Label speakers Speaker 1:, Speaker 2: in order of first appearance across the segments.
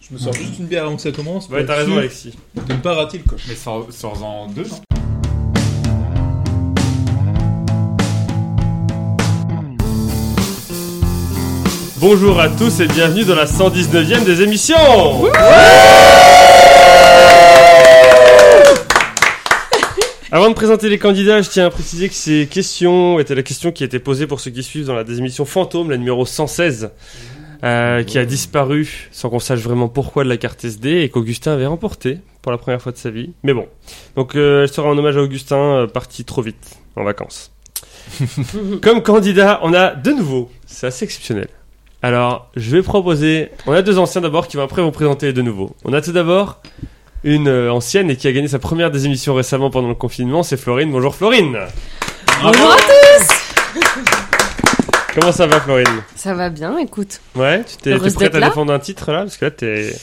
Speaker 1: Je me sors juste une bière avant que ça commence. pour
Speaker 2: Ouais,
Speaker 1: être
Speaker 2: t'as raison,
Speaker 1: sûr
Speaker 2: Alexis.
Speaker 1: De ne pas rater le coche.
Speaker 3: Mais sors- sors-en deux, non
Speaker 2: Bonjour à tous et bienvenue dans la 119ème des émissions Avant de présenter les candidats, je tiens à préciser que ces questions étaient la question qui était posée pour ceux qui suivent dans la des émissions fantôme, la numéro 116, euh, qui a disparu sans qu'on sache vraiment pourquoi de la carte SD et qu'Augustin avait remporté pour la première fois de sa vie. Mais bon, donc euh, elle sera en hommage à Augustin, euh, parti trop vite en vacances. Comme candidat, on a de nouveau, c'est assez exceptionnel. Alors, je vais proposer. On a deux anciens d'abord qui vont après vous présenter les deux nouveaux. On a tout d'abord une euh, ancienne et qui a gagné sa première des émissions récemment pendant le confinement, c'est Florine. Bonjour Florine
Speaker 3: Bravo.
Speaker 4: Bonjour à tous
Speaker 2: Comment ça va Florine
Speaker 4: Ça va bien, écoute.
Speaker 2: Ouais, tu t'es t'es
Speaker 4: Heureuse
Speaker 2: prête
Speaker 4: d'être
Speaker 2: à
Speaker 4: là.
Speaker 2: défendre un titre là Parce que là t'es.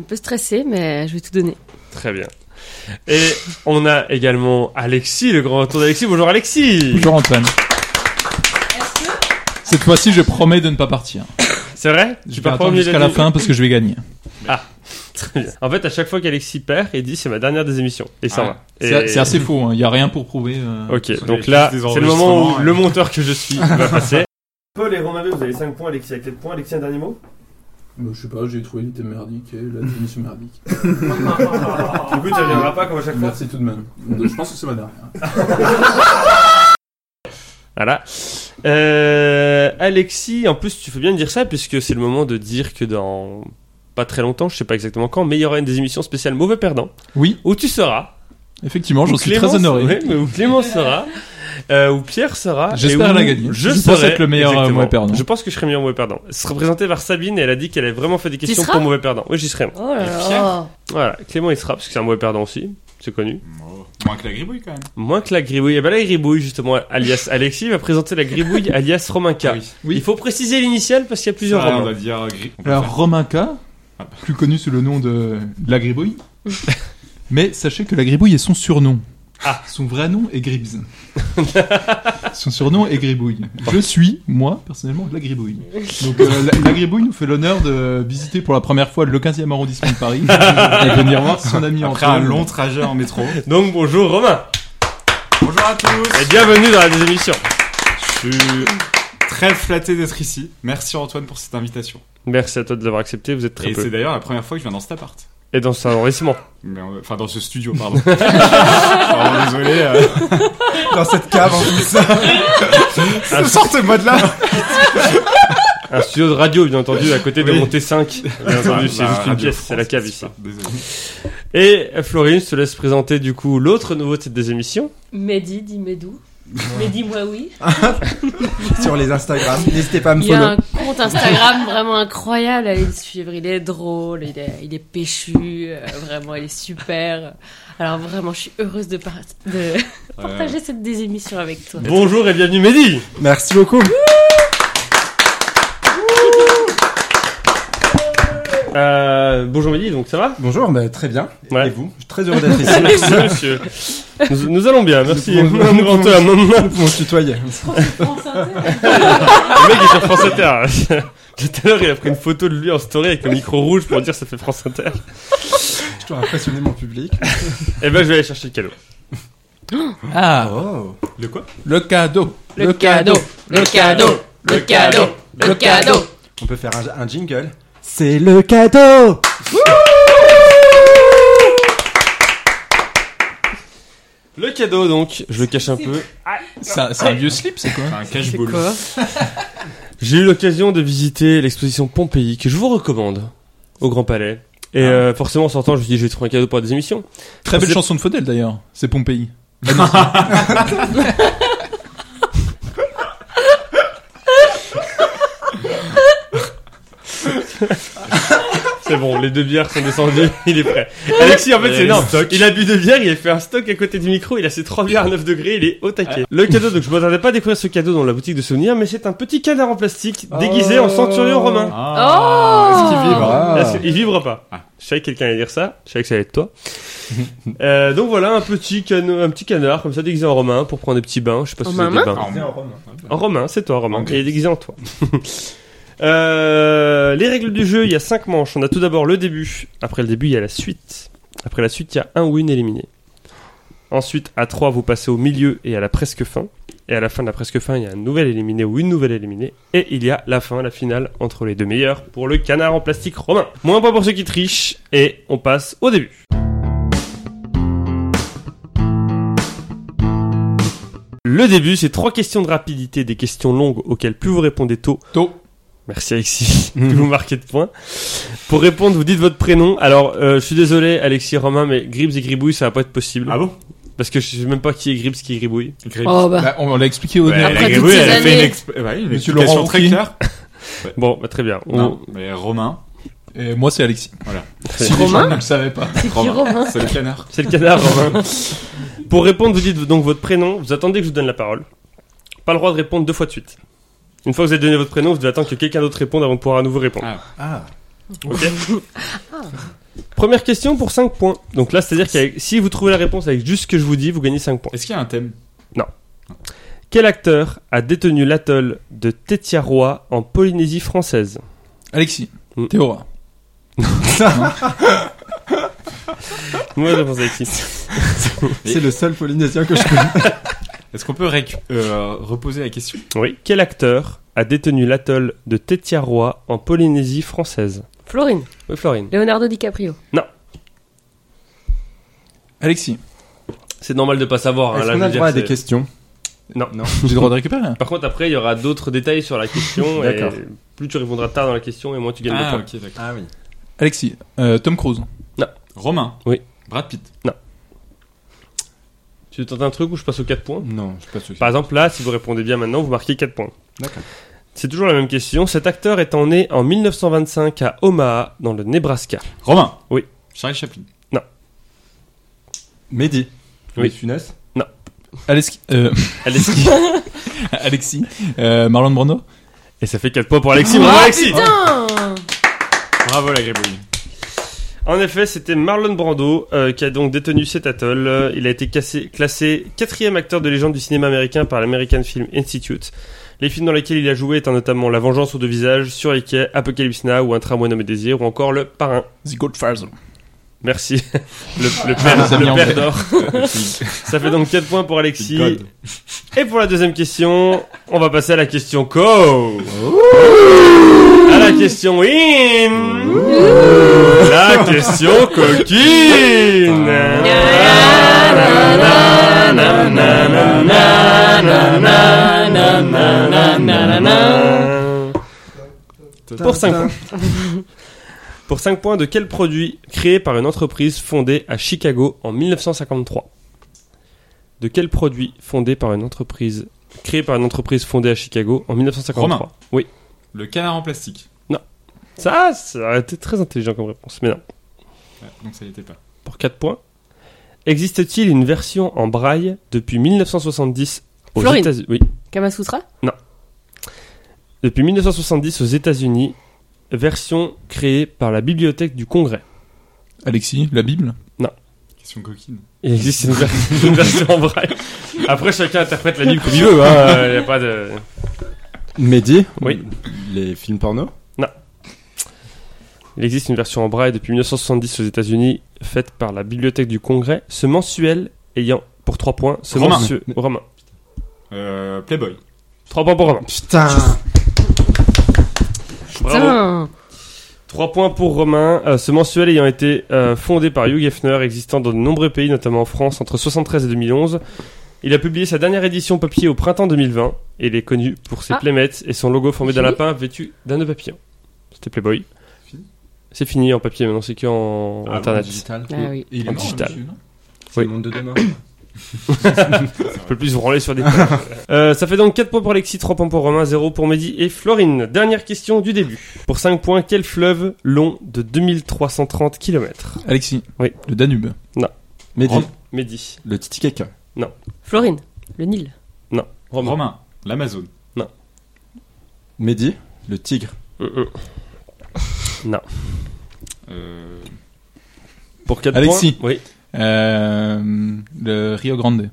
Speaker 4: Un peu stressée, mais je vais tout donner.
Speaker 2: Très bien. Et on a également Alexis, le grand retour d'Alexis. Bonjour Alexis
Speaker 3: Bonjour Antoine. Cette fois-ci, je promets de ne pas partir.
Speaker 2: C'est vrai
Speaker 3: Je vais
Speaker 2: pars pas au
Speaker 3: attendre
Speaker 2: milieu de
Speaker 3: jusqu'à la
Speaker 2: nuit
Speaker 3: fin parce que je vais gagner.
Speaker 2: Très bien. En fait, à chaque fois qu'Alexis perd, il dit c'est ma dernière des émissions. Et ça
Speaker 3: Ah,
Speaker 2: va.
Speaker 3: C'est
Speaker 2: Et-
Speaker 3: c'est assez faux, hein. il n'y a rien pour prouver. euh,
Speaker 2: Ok,
Speaker 3: sur
Speaker 2: donc
Speaker 3: les
Speaker 2: là,
Speaker 3: pistes des
Speaker 2: c'est le moment où
Speaker 3: enregistrements,
Speaker 2: le
Speaker 3: euh.
Speaker 2: monteur que je suis va passer. Paul et Romain, vous avez 5 points, Alexis a 4 points. Alexis, un dernier mot
Speaker 5: Bah, je sais pas, j'ai trouvé l'idée merdique et la définition merdique.
Speaker 2: Du coup, tu reviendras pas comme à chaque
Speaker 5: Merci tout de même. Je pense que c'est ma dernière.
Speaker 2: Voilà. Euh, Alexis, en plus, tu fais bien de dire ça, puisque c'est le moment de dire que dans pas très longtemps, je sais pas exactement quand, mais il y aura une des émissions spéciales Mauvais Perdant,
Speaker 3: Oui,
Speaker 2: où tu seras.
Speaker 3: effectivement, j'en
Speaker 2: où
Speaker 3: suis
Speaker 2: Clément-
Speaker 3: très honoré.
Speaker 2: ouais, mais où Clément sera. euh, où Pierre sera.
Speaker 3: J'espère
Speaker 2: et où
Speaker 3: la gagner.
Speaker 2: Je,
Speaker 3: Je pense
Speaker 2: serai.
Speaker 3: être le meilleur, euh,
Speaker 2: Exactement.
Speaker 3: mauvais perdant.
Speaker 2: Je pense que je serai meilleur mauvais perdant. Ce sera présenté par Sabine et elle a dit qu'elle avait vraiment fait des questions
Speaker 4: seras
Speaker 2: pour mauvais perdant. Oui, j'y serai.
Speaker 4: Oh là
Speaker 3: Et
Speaker 4: là
Speaker 2: Voilà, Clément il sera parce que c'est un mauvais perdant aussi, c'est connu.
Speaker 3: Oh.
Speaker 5: Moins que la gribouille quand même.
Speaker 2: Moins que la gribouille. Et ben la gribouille justement, alias Alexis va présenter la gribouille alias Romain K.
Speaker 5: oui.
Speaker 2: Il faut préciser l'initiale parce qu'il y a plusieurs
Speaker 5: Ah, on
Speaker 2: Romains.
Speaker 5: va dire euh, gri- on peut
Speaker 3: Alors,
Speaker 5: faire.
Speaker 3: Romain K,
Speaker 5: Ah bah.
Speaker 3: plus connu sous le nom de de la gribouille. Mais sachez que la gribouille est son surnom.
Speaker 2: Ah.
Speaker 3: Son vrai nom est Gribbs. son surnom est Gribouille. Je suis, moi, personnellement, de la gribouille. Donc, euh, la, la gribouille nous fait l'honneur de visiter pour la première fois le 15e arrondissement de Paris et de venir voir son ami
Speaker 5: Après un
Speaker 3: Antoine.
Speaker 5: long trajet en métro.
Speaker 2: Donc bonjour Romain
Speaker 5: Bonjour à tous.
Speaker 2: et bienvenue dans la désémission.
Speaker 5: Je suis très flatté d'être ici. Merci Antoine pour cette invitation.
Speaker 2: Merci à toi de l'avoir accepté, vous êtes très
Speaker 5: et
Speaker 2: peu.
Speaker 5: c'est d'ailleurs la première fois que je viens dans cet appart.
Speaker 2: Et dans cet arrondissement.
Speaker 5: Mais, euh, Enfin, dans ce studio, pardon. Pardon, désolé. euh.
Speaker 6: dans cette cave en plus.
Speaker 5: Ah,
Speaker 6: Sortez-moi de là
Speaker 2: Un studio de radio bien entendu à côté de
Speaker 5: Oui.
Speaker 2: Montée 5. Bien
Speaker 5: Bah,
Speaker 2: entendu, c'est
Speaker 5: bah,
Speaker 2: juste une
Speaker 5: Radio
Speaker 2: pièce,
Speaker 5: France,
Speaker 2: c'est la cave
Speaker 5: c'est
Speaker 2: ici.
Speaker 5: ça. Désolé.
Speaker 2: Et euh, Florine se laisse présenter du coup l'autre nouveau de cette désémission.
Speaker 4: Mehdi, dis-moi d'où Mehdi, moi oui.
Speaker 6: Sur les Instagram, n'hésitez pas à me
Speaker 4: Il y a un
Speaker 6: follow.
Speaker 4: compte Instagram vraiment incroyable à aller le suivre. Il est drôle, il est, il est péchu, euh, vraiment, il est super. Alors vraiment, je suis heureuse de, par- de partager cette désémission avec toi.
Speaker 2: Bonjour et bienvenue Mehdi
Speaker 6: Merci beaucoup.
Speaker 2: Euh, Bonjour Mehdi, donc ça va
Speaker 6: Bonjour, bah, très bien.
Speaker 2: Ouais.
Speaker 6: Et vous Je suis très heureux d'être ici.
Speaker 2: Merci monsieur. Nous, nous allons bien, merci.
Speaker 6: Nous pouvons-
Speaker 2: Nous rentrons à un moment.
Speaker 6: Nous pouvons se tutoyer.
Speaker 2: Le mec est sur France Inter. Tout à l'heure, il a pris une photo de lui en story avec le micro rouge pour dire ça fait France Inter.
Speaker 6: Je dois impressionner mon public.
Speaker 2: Et ben, je vais aller chercher le cadeau.
Speaker 3: Ah,
Speaker 6: Oh.
Speaker 5: Le quoi
Speaker 3: le cadeau.
Speaker 4: Le cadeau, le cadeau, le cadeau, le cadeau.
Speaker 6: On peut faire un, un jingle. C'est le cadeau
Speaker 2: Le cadeau, donc, je le cache un peu.
Speaker 3: C'est un- c'est un vieux slip, c'est quoi
Speaker 5: Enfin, Euh, Un cash
Speaker 4: C'est
Speaker 5: ball.
Speaker 4: quoi
Speaker 2: J'ai eu l'occasion de visiter l'exposition Pompéi, que je vous recommande, au Grand Palais. Et euh, forcément, en sortant, je me suis dit, je vais trouver un cadeau pour des émissions.
Speaker 3: Très belle
Speaker 2: C'est-
Speaker 3: chanson de Faudel d'ailleurs, c'est Pompéi.
Speaker 2: C'est bon, les deux bières sont descendues, il est prêt. Alexis, en fait,
Speaker 5: Il a
Speaker 2: c'est
Speaker 5: les
Speaker 2: énorme. Il a bu deux bières, il a fait un stock à côté du micro, il a ses trois bières à 9 degrés, il est au taquet.
Speaker 5: Ah.
Speaker 2: Le cadeau, donc je m'attendais pas à découvrir ce cadeau dans la boutique de souvenirs, mais c'est un petit canard en plastique déguisé en centurion romain.
Speaker 4: Oh
Speaker 5: Ah. Est-ce qu'il vibre
Speaker 2: Parce que- il vibre pas.
Speaker 5: Ah.
Speaker 2: Je savais que quelqu'un allait dire ça, je savais que ça allait être toi. Euh, donc voilà, un petit, cano- un petit canard comme ça déguisé en romain pour prendre des petits bains. Je sais pas
Speaker 4: En
Speaker 2: si c'est des
Speaker 4: mamin
Speaker 2: bains.
Speaker 5: Ah, en-
Speaker 2: En romain, c'est toi, Romain.
Speaker 5: Ok.
Speaker 2: Et déguisé en toi. Euh, les règles du jeu, il y a 5 manches. On a tout d'abord le début. Après le début, il y a la suite. Après la suite, il y a un ou une éliminée. Ensuite, à 3, vous passez au milieu et à la presque fin. Et à la fin de la presque fin, il y a un nouvel éliminé ou une nouvelle éliminée. Et il y a la fin, la finale entre les deux meilleurs pour le canard en plastique romain. Moins pas pour ceux qui trichent. Et on passe au début. Le début, c'est trois questions de rapidité, des questions longues auxquelles plus vous répondez tôt,
Speaker 3: Tôt.
Speaker 2: Merci Alexis, plus vous marquez de points. Pour répondre, vous dites votre prénom. Alors, euh, je suis désolé Alexis Romain, mais Gribbs et Gribouille, ça va pas être possible.
Speaker 5: Ah bon
Speaker 2: Parce que je sais même pas qui est Gribbs, qui est Gribouille.
Speaker 4: Oh bah.
Speaker 3: Bah, on l'a expliqué au
Speaker 5: Ouais,
Speaker 3: début.
Speaker 5: elle a-
Speaker 4: toutes
Speaker 5: oui,
Speaker 4: ces
Speaker 5: elle a fait
Speaker 4: années.
Speaker 5: une, exp- ouais, une
Speaker 3: Monsieur
Speaker 5: explication
Speaker 3: Laurent
Speaker 5: très
Speaker 3: Ruquier.
Speaker 5: claire.
Speaker 2: Bon, bah, très bien. On-
Speaker 5: Non, mais Romain,
Speaker 3: Et moi, c'est Alexis.
Speaker 2: Très
Speaker 3: Si
Speaker 2: bien.
Speaker 3: les gens ne le savaient pas.
Speaker 4: C'est qui Romain
Speaker 5: c'est le canard.
Speaker 2: C'est le canard. Romain. Pour répondre, vous dites donc votre prénom. Vous attendez que je vous donne la parole. Pas le droit de répondre deux fois de suite. Une fois que vous avez donné votre prénom, vous devez attendre que quelqu'un d'autre réponde avant de pouvoir à nouveau répondre.
Speaker 6: Ah.
Speaker 2: Première question pour 5 points. Donc là, c'est-à-dire que si vous trouvez la réponse avec juste ce que je vous dis, vous gagnez 5 points.
Speaker 5: Est-ce qu'il y a un thème
Speaker 2: Quel acteur a détenu l'atoll de Tetiaroa en Polynésie française
Speaker 3: Alexis.
Speaker 2: Mm.
Speaker 3: Théora.
Speaker 2: Mauvaise réponse, Alexis.
Speaker 6: C'est le seul polynésien que je connais.
Speaker 5: Est-ce qu'on peut récu- euh, reposer la question
Speaker 2: Oui. Quel acteur a détenu l'atoll de Tetiaroa en Polynésie française
Speaker 4: Florine,
Speaker 2: Oui, Florine.
Speaker 4: Leonardo DiCaprio.
Speaker 3: Alexis.
Speaker 2: C'est normal de pas savoir. hein,
Speaker 6: Est-ce
Speaker 2: là,
Speaker 6: qu'on
Speaker 2: je
Speaker 6: a
Speaker 2: veux
Speaker 6: le
Speaker 2: dire,
Speaker 6: droit à des
Speaker 2: c'est-
Speaker 6: questions
Speaker 2: Non.
Speaker 3: J'ai le droit de récupérer.
Speaker 2: Par contre, après, il y aura d'autres détails sur la question. et
Speaker 6: D'accord.
Speaker 2: plus tu répondras tard dans la question, et moins tu gagnes de
Speaker 5: Ah,
Speaker 2: points.
Speaker 5: ok, d'accord.
Speaker 6: Ah oui.
Speaker 3: Alexis. Euh, Tom Cruise.
Speaker 5: Romain
Speaker 2: Oui.
Speaker 5: Brad Pitt.
Speaker 2: Tu tentes un truc où je passe aux 4 points
Speaker 6: Non, je suis
Speaker 2: Par
Speaker 6: pas sûr.
Speaker 2: exemple, là, si vous répondez bien maintenant, vous marquez 4 points.
Speaker 6: D'accord.
Speaker 2: C'est toujours la même question. Cet acteur étant né en 1925 à Omaha, dans le Nebraska.
Speaker 5: Romain
Speaker 2: Oui.
Speaker 5: Charlie Chaplin.
Speaker 6: Mehdi.
Speaker 2: Oui.
Speaker 6: Les Funès.
Speaker 3: Alexis. euh,
Speaker 2: Alexis.
Speaker 3: Alexis. Euh, Marlon Brando.
Speaker 2: Et ça fait 4 points pour Alexis.
Speaker 4: Oh,
Speaker 2: Bravo, Alexis
Speaker 4: putain
Speaker 5: Bravo la gribouille.
Speaker 2: En effet, c'était Marlon Brando euh, qui a donc détenu cet atoll. Euh, Il a été cassé- classé quatrième acteur de légende du cinéma américain par l'American Film Institute. Les films dans lesquels il a joué étant notamment La Vengeance aux deux visages, Sur les quais, Apocalypse Now ou Un tramway nommé Désir ou encore Le Parrain.
Speaker 3: The Godfather.
Speaker 2: Merci. Le, le père,
Speaker 3: ça
Speaker 2: le
Speaker 3: vient
Speaker 2: père
Speaker 3: en fait.
Speaker 2: d'or. Ça fait donc 4 points pour Alexis.
Speaker 5: God.
Speaker 2: Et pour la deuxième question, on va passer à la question co. À la question in. La question coquine. Pour 5 points. Pour 5 points, de quel produit créé par une entreprise fondée à Chicago en 1953 De quel produit fondé par une entreprise créé par une entreprise fondée à Chicago en 1953
Speaker 5: Romain.
Speaker 2: Oui.
Speaker 5: Le canard en plastique.
Speaker 2: Ça, ça aurait été très intelligent comme réponse, mais non.
Speaker 5: Ouais, donc ça n'y était pas.
Speaker 2: Pour 4 points. Existe-t-il une version en braille depuis 1970 aux
Speaker 4: Florine.
Speaker 2: États-Unis Oui.
Speaker 4: Kamasutra
Speaker 2: Depuis 1970 aux États-Unis, version créée par la bibliothèque du Congrès.
Speaker 3: Alexis. La Bible.
Speaker 5: Question coquine.
Speaker 2: Il existe une, ver- une version en braille. Après, chacun interprète la Bible comme il veut. Hein. euh, y a pas de...
Speaker 6: Mehdi.
Speaker 2: Oui.
Speaker 6: Les films porno.
Speaker 2: Il existe une version en braille depuis 1970 aux États-Unis, faite par la bibliothèque du Congrès. Ce mensuel ayant pour 3 points. Ce
Speaker 5: Romain.
Speaker 2: mensuel- Romain.
Speaker 5: Euh, Playboy.
Speaker 2: 3 points pour Romain.
Speaker 6: Putain.
Speaker 2: Bravo.
Speaker 4: Putain
Speaker 2: 3 points pour Romain. Euh, ce mensuel ayant été euh, fondé par Hugh Hefner, existant dans de nombreux pays, notamment en France, entre 1973 et 2011. Il a publié sa dernière édition papier au printemps 2020 et il est connu pour ses
Speaker 4: Ah.
Speaker 2: playmates et son logo formé d'un
Speaker 4: Fini
Speaker 2: lapin vêtu d'un nœud papillon. C'était Playboy.
Speaker 5: Fini
Speaker 2: C'est fini en papier maintenant, c'est qu'en en internet.
Speaker 6: Digital.
Speaker 4: Ah oui.
Speaker 3: Et il
Speaker 2: En digital.
Speaker 3: monsieur, non
Speaker 6: hein. C'est
Speaker 2: Oui.
Speaker 6: le monde de demain.
Speaker 2: On peut plus vous branler sur des. Euh, ça fait donc 4 points pour Alexis, 3 points pour Romain, 0 pour Mehdi et Florine. Dernière question du début. Pour 5 points, quel fleuve long de 2330 km
Speaker 3: Alexis.
Speaker 2: Oui.
Speaker 3: Le Danube.
Speaker 6: Mehdi.
Speaker 2: Rome. Mehdi.
Speaker 6: Le Titicaca.
Speaker 4: Florine, le Nil.
Speaker 2: Romain.
Speaker 5: Romain. L'Amazon.
Speaker 6: Mehdi. Le tigre.
Speaker 2: Euh, euh.
Speaker 5: Euh,
Speaker 2: Pour 4
Speaker 3: Alexis.
Speaker 2: points. Oui.
Speaker 3: Euh, le Rio Grande.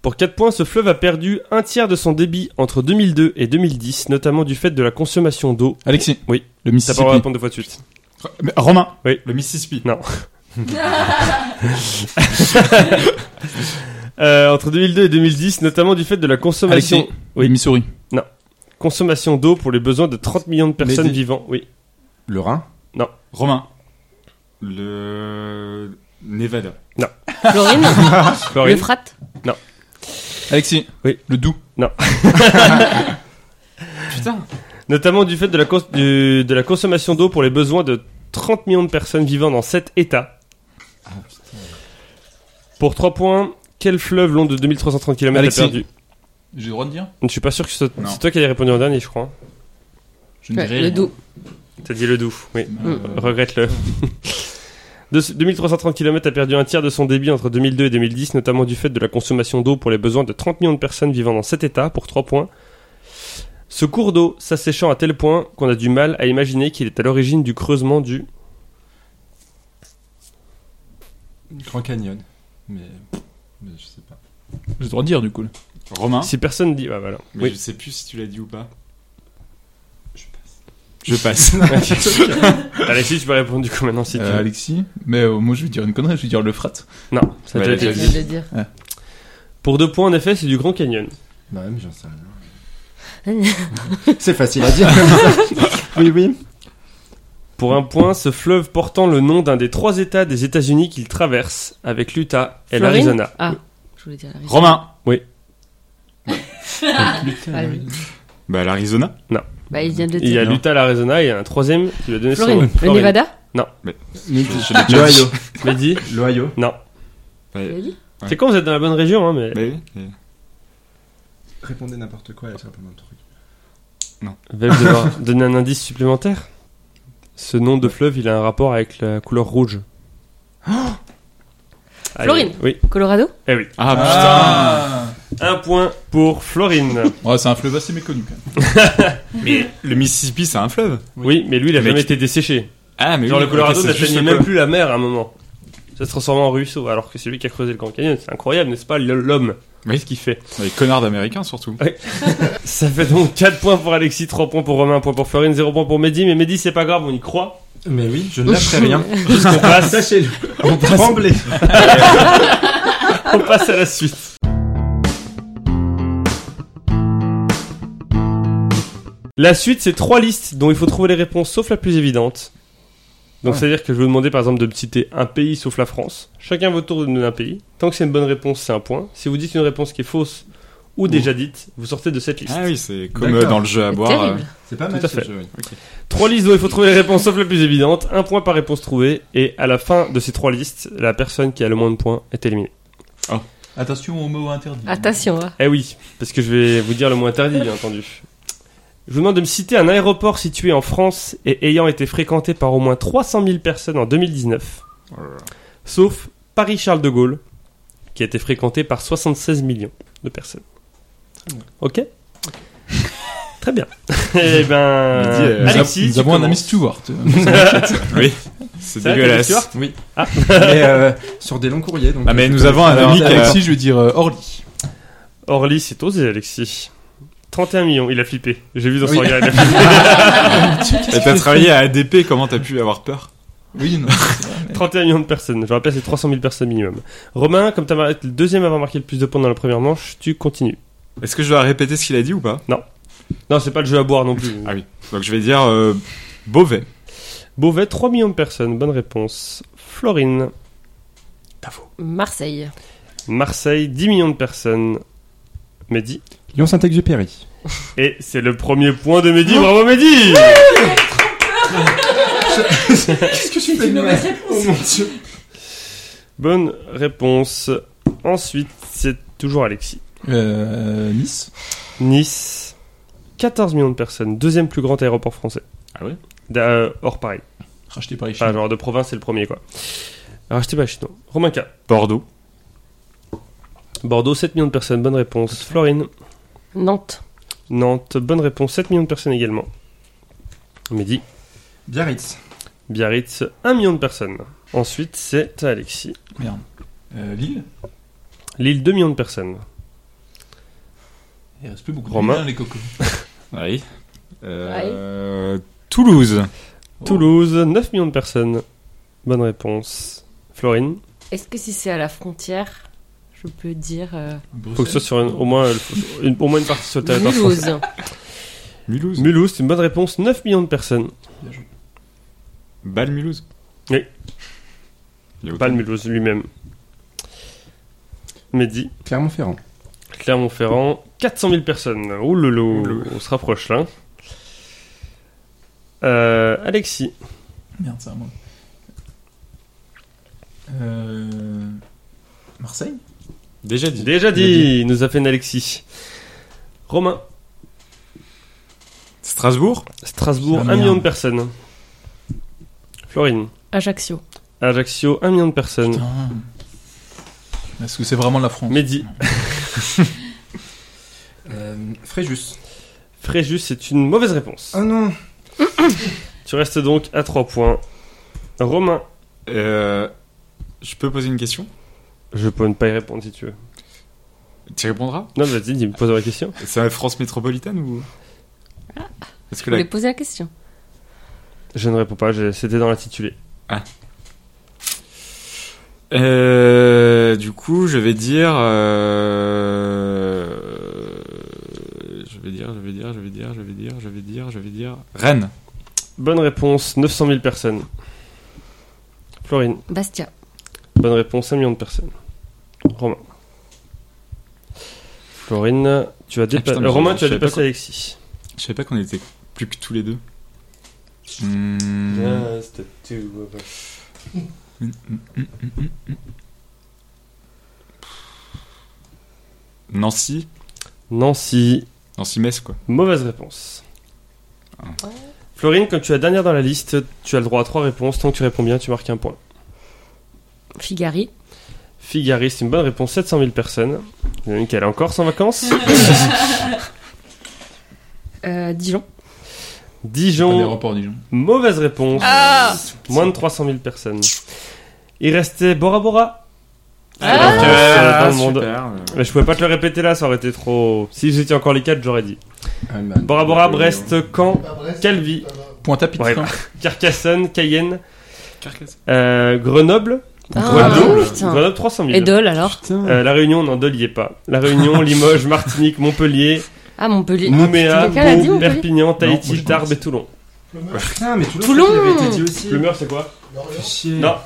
Speaker 2: Pour 4 points, ce fleuve a perdu un tiers de son débit entre 2002 et 2010, notamment du fait de la consommation d'eau.
Speaker 3: Alexis.
Speaker 2: Oui.
Speaker 3: Le
Speaker 2: T'as pas
Speaker 3: Mississippi.
Speaker 2: le droit de répondre deux fois de suite.
Speaker 3: Mais Romain.
Speaker 5: Le Mississippi.
Speaker 2: Euh, entre 2002 et 2010, notamment du fait de la consommation,
Speaker 3: Alexis.
Speaker 2: Oui.
Speaker 3: Le Missouri.
Speaker 2: consommation d'eau pour les besoins de 30 millions de personnes
Speaker 6: Mais des-
Speaker 2: vivant. Oui.
Speaker 6: Le Rhin
Speaker 5: Romain. Le Nevada.
Speaker 4: Florine Le
Speaker 2: Florine.
Speaker 4: frat
Speaker 3: Alexis.
Speaker 2: Oui.
Speaker 3: Le Doubs.
Speaker 2: Notamment du fait de la, cons- du- de la consommation d'eau pour les besoins de 30 millions de personnes vivant dans cet état.
Speaker 3: Ah,
Speaker 2: Pour 3 points, quel fleuve long de 2330 km
Speaker 3: Alexis.
Speaker 2: a perdu
Speaker 3: J'ai le droit de dire
Speaker 2: Je suis pas sûr que ce-
Speaker 3: Non.
Speaker 2: c'est toi qui as répondu en dernier, je crois.
Speaker 3: Je ne dirai
Speaker 4: Le
Speaker 3: rien.
Speaker 4: doux.
Speaker 2: T'as dit le Doubs, oui.
Speaker 3: Euh,
Speaker 2: Regrette-le. De- 2330 km a perdu un tiers de son débit entre 2002 et 2010, notamment du fait de la consommation d'eau pour les besoins de 30 millions de personnes vivant dans cet état, pour 3 points. Ce cours d'eau s'asséchant à tel point qu'on a du mal à imaginer qu'il est à l'origine du creusement du...
Speaker 5: Grand Canyon. Mais, mais je sais pas.
Speaker 3: J'ai le droit de dire du coup. là.
Speaker 5: Romain.
Speaker 2: Si personne dit... Ah, voilà.
Speaker 5: Mais
Speaker 2: Oui.
Speaker 5: je sais plus si tu l'as dit ou pas.
Speaker 6: Je passe.
Speaker 2: Alexis, tu peux répondre du coup maintenant si tu
Speaker 3: Euh,
Speaker 2: veux.
Speaker 3: Alexis. Mais euh, moi je vais dire une connerie, je vais dire le frat.
Speaker 2: Non, ça a
Speaker 6: Bah,
Speaker 2: déjà
Speaker 6: elle a
Speaker 2: été
Speaker 6: déjà
Speaker 2: dit.
Speaker 4: Je vais le dire.
Speaker 2: Pour 2 points, en effet, c'est du Grand Canyon.
Speaker 6: Bah ouais, mais j'en sais rien. C'est facile à dire. oui, oui.
Speaker 2: Pour un point, ce fleuve portant le nom d'un des trois états des États-Unis qu'il traverse, avec l'Utah et
Speaker 4: Florine
Speaker 2: l'Arizona.
Speaker 4: Ah, je voulais dire la raison.
Speaker 5: Romain.
Speaker 4: Ah, lui.
Speaker 5: Bah, l'Arizona.
Speaker 4: Bah, il vient de le
Speaker 2: Il y
Speaker 4: dire.
Speaker 2: a
Speaker 5: Non.
Speaker 2: l'Utah, l'Arizona, il y a un troisième qui lui a donné son
Speaker 4: Florine.
Speaker 2: nom.
Speaker 4: Le Nevada
Speaker 6: L'Ohio.
Speaker 2: Mehdi
Speaker 6: L'Ohio.
Speaker 2: Non.
Speaker 4: Tu l'as dit
Speaker 5: Ouais.
Speaker 2: C'est quand vous êtes dans la bonne région, hein, mais...
Speaker 5: Mais Bah oui, mais-
Speaker 6: Répondez n'importe quoi, là, c'est plein de trucs.
Speaker 2: Vais devoir donner un indice supplémentaire Ce nom de fleuve, il a un rapport avec la couleur rouge. Allez,
Speaker 4: Florine.
Speaker 2: Oui.
Speaker 4: Colorado
Speaker 2: Eh oui.
Speaker 5: Ah,
Speaker 2: Un point pour Florine.
Speaker 3: Ah. Ouais, c'est un fleuve assez méconnu quand même.
Speaker 5: putain. Mais le Mississippi, c'est un fleuve.
Speaker 2: oui, mais lui, il a
Speaker 5: Mec.
Speaker 2: jamais été desséché.
Speaker 5: Ah, mais
Speaker 2: Genre
Speaker 5: oui,
Speaker 2: le Colorado
Speaker 5: ok, c'est juste
Speaker 2: n'atteignait
Speaker 5: le
Speaker 2: même
Speaker 5: col-
Speaker 2: plus la mer à un moment. Ça se transforme en ruisseau, alors que c'est lui qui a creusé le Grand Canyon. C'est incroyable, n'est-ce pas, l'homme
Speaker 5: Oui.
Speaker 2: ce qu'il fait.
Speaker 5: Les connards d'américains, surtout.
Speaker 2: Ah Ça fait donc 4 points pour Alexis, 3 points pour Romain, 1 point pour Florine, 0 point pour Mehdi. Mais Mehdi, c'est pas grave, on y croit.
Speaker 6: Mais oui, je ne lâcherai rien.
Speaker 2: On passe,
Speaker 6: Sachez-le. On tremblez.
Speaker 2: on passe à la suite. La suite, c'est trois listes dont il faut trouver les réponses sauf la plus évidente. Donc, c'est-à-dire que je vais vous demander par exemple de me citer un pays sauf la France. Chacun votre tour de donner un pays. Tant que c'est une bonne réponse, c'est un point. Si vous dites une réponse qui est fausse ou déjà dite, vous sortez de cette liste.
Speaker 5: Ah oui, c'est comme euh,
Speaker 6: D'accord.
Speaker 5: dans le jeu à
Speaker 4: C'est
Speaker 5: boire. euh,
Speaker 4: terrible.
Speaker 6: C'est pas
Speaker 2: mal, Tout à ce fait.
Speaker 6: jeu.
Speaker 2: Trois listes dont il faut trouver les réponses sauf la plus évidente. Un point par réponse trouvée. Et à la fin de ces trois listes, la personne qui a le moins de points est éliminée.
Speaker 3: Attention aux mots interdits.
Speaker 4: Attention, hein.
Speaker 2: Eh oui, parce que je vais vous dire le mot interdit, bien entendu. Je vous demande de me citer un aéroport situé en France et ayant été fréquenté par au moins 300 000 personnes en 2019.
Speaker 5: Oh là là.
Speaker 2: Sauf Paris-Charles de Gaulle, qui a été fréquenté par 76 millions de personnes. Ok Très bien. Eh ben,
Speaker 5: Il dit, euh,
Speaker 3: Nous,
Speaker 2: Alexis,
Speaker 3: av- nous
Speaker 2: tu
Speaker 3: avons un ami
Speaker 2: commences.
Speaker 3: Stewart.
Speaker 5: C'est
Speaker 2: Ça va, t'as
Speaker 5: dégueulasse.
Speaker 2: vu Stuart
Speaker 6: Oui. Mais euh, sur des longs courriers. Donc
Speaker 5: Ah, mais
Speaker 6: euh,
Speaker 5: nous
Speaker 6: je peux
Speaker 5: avons
Speaker 6: pas
Speaker 5: un
Speaker 6: faire
Speaker 5: ami
Speaker 6: ça.
Speaker 5: qui a-
Speaker 3: Alexis, je vais dire euh, Orly.
Speaker 2: Orly, c'est osé, Alexis. 31 millions, il a flippé. J'ai vu dans son
Speaker 6: Oui.
Speaker 2: regard, il a flippé.
Speaker 5: Et t'as travaillé à ADP, comment t'as pu avoir peur
Speaker 3: Oui, non.
Speaker 2: 31 millions de personnes. Je rappelle, c'est 300 000 personnes minimum. Romain, comme t'as mar- le deuxième à avoir marqué le plus de points dans la première manche, tu continues.
Speaker 5: Est-ce que je dois répéter ce qu'il a dit ou pas
Speaker 2: Non, c'est pas le jeu à boire non plus.
Speaker 5: Ah oui. Donc je vais dire euh, Beauvais.
Speaker 2: Beauvais, 3 millions de personnes. Bonne réponse. Florine.
Speaker 4: Marseille.
Speaker 2: Marseille, 10 millions de personnes. Mehdi.
Speaker 6: Lyon Saint-Exupéry.
Speaker 2: Et c'est le premier point de Mehdi. Bravo Mehdi
Speaker 6: Qu'est-ce que tu fais de mal Oh mon dieu.
Speaker 2: Bonne réponse. Ensuite, c'est toujours Alexis.
Speaker 3: Euh, nice.
Speaker 2: Nice, 14 millions de personnes. Deuxième plus grand aéroport français.
Speaker 5: Ah oui
Speaker 2: D'a- euh, Hors Paris.
Speaker 3: Racheté par les
Speaker 2: Enfin,
Speaker 3: Chinois.
Speaker 2: genre de province, c'est le premier quoi. Racheté par les Chinois. Romain K.
Speaker 5: Bordeaux.
Speaker 2: Bordeaux, 7 millions de personnes, bonne réponse. Florine,
Speaker 4: Nantes.
Speaker 2: Nantes, bonne réponse, 7 millions de personnes également. Mehdi,
Speaker 6: Biarritz.
Speaker 2: Biarritz, 1 million de personnes. Ensuite, c'est à Alexis.
Speaker 3: Merde. Euh, Lille.
Speaker 2: Lille, 2 millions de personnes.
Speaker 3: Il reste plus beaucoup
Speaker 2: Romain.
Speaker 3: Bien, les cocos.
Speaker 5: Oui. Euh, Toulouse.
Speaker 2: Oh. Toulouse, 9 millions de personnes. Bonne réponse. Florine,
Speaker 4: Est-ce que si c'est à la frontière, je peux dire euh,
Speaker 2: faut que ce soit sur
Speaker 3: Oh,
Speaker 2: une- au, moins, euh, faut- une- au moins une partie sur le territoire français.
Speaker 4: Mulhouse
Speaker 5: Mulhouse.
Speaker 2: Mulhouse, c'est une bonne réponse. 9 millions de personnes.
Speaker 5: Bâle Mulhouse.
Speaker 2: Oui.
Speaker 5: Il y a autant-
Speaker 2: Pas le Mulhouse lui-même. Mehdi,
Speaker 6: Clermont-Ferrand.
Speaker 2: Clermont-Ferrand, 400 000 personnes. Ouh loulou,
Speaker 5: Ouh loulou.
Speaker 2: on se rapproche là. Euh, Alexis,
Speaker 3: Merde, c'est à moi. Euh... Marseille
Speaker 5: Déjà dit.
Speaker 2: déjà dit, nous a fait une Alexis. Romain,
Speaker 5: Strasbourg.
Speaker 2: Strasbourg,
Speaker 3: Ah,
Speaker 2: 1
Speaker 3: merde.
Speaker 2: million de personnes. Florine,
Speaker 4: Ajaccio.
Speaker 2: Ajaccio, 1 million de personnes.
Speaker 3: Putain. Est-ce que c'est vraiment la France
Speaker 2: Mehdi,
Speaker 6: Euh, Fréjus.
Speaker 2: Fréjus, c'est une mauvaise réponse.
Speaker 6: Oh non
Speaker 2: Tu restes donc à 3 points. Romain,
Speaker 5: Euh, je peux poser une question
Speaker 2: je peux ne pas y répondre si tu veux.
Speaker 5: Tu y répondras
Speaker 2: Non, vas-y, dis-moi, pose la question.
Speaker 5: C'est la France métropolitaine ou Ah. Est-ce
Speaker 4: Vous
Speaker 5: que la...
Speaker 4: voulez poser la question
Speaker 2: Je ne réponds pas, j'ai- c'était dans l'intitulé.
Speaker 5: Euh, du coup, je vais dire. euh, Je vais dire, je vais dire, je vais dire, je vais dire, je vais dire, je vais dire. Rennes.
Speaker 2: Bonne réponse, 900 000 personnes. Florine,
Speaker 4: Bastia.
Speaker 2: bonne réponse, 1 million de personnes. Romain. Florine, tu as dépassé.
Speaker 5: Ah, putain, mais
Speaker 2: Romain,
Speaker 5: je-
Speaker 2: tu as
Speaker 5: je savais pas
Speaker 2: dépassé
Speaker 5: quoi.
Speaker 2: Alexis.
Speaker 5: Je savais pas qu'on était plus que tous les deux. Hmm. Nancy.
Speaker 2: Nancy,
Speaker 5: Nancy-Metz, quoi.
Speaker 2: mauvaise réponse.
Speaker 5: Ah.
Speaker 2: Florine, comme tu es la dernière dans la liste, tu as le droit à 3 réponses. Tant que tu réponds bien, tu marques un point.
Speaker 4: Figari.
Speaker 2: Figari, c'est une bonne réponse, 700 000 personnes. Il y en a une qui est en Corse en vacances.
Speaker 4: Euh, Dijon.
Speaker 3: Pas des
Speaker 2: Dijon,
Speaker 3: reports, Dijon.
Speaker 2: mauvaise réponse. Moins de 300 000 personnes. Il restait Bora Bora.
Speaker 4: Ah,
Speaker 2: Donc, euh, dans le monde.
Speaker 5: super.
Speaker 2: Mais je pouvais pas te le répéter là, ça aurait été trop. Si j'étais encore les 4, j'aurais dit.
Speaker 6: Allemagne.
Speaker 2: Bora Bora, Brest, Caen, Calvi,
Speaker 3: Pointe-à-Pitre.
Speaker 2: Ouais,
Speaker 3: hein.
Speaker 2: Carcassonne, Cayenne, euh, Grenoble.
Speaker 4: Ah,
Speaker 2: Grenoble,
Speaker 4: putain.
Speaker 2: Grenoble 300 000.
Speaker 4: Et Dole alors
Speaker 2: Euh, la Réunion, non, Dole y est pas. La Réunion, Limoges, Martinique, Montpellier,
Speaker 4: Ah, Montpellier.
Speaker 2: Nouméa,
Speaker 4: Quelqu'un l'a dit,
Speaker 2: Pau,
Speaker 4: Montpellier
Speaker 2: Perpignan,
Speaker 3: moi,
Speaker 2: Tahiti,
Speaker 3: je
Speaker 2: Tarbes
Speaker 3: pense.
Speaker 2: et Toulon.
Speaker 6: Putain, mais Toulon,
Speaker 4: Toulon.
Speaker 6: il avait été dit aussi.
Speaker 2: Plumeur, c'est quoi
Speaker 6: Chier.
Speaker 2: Non.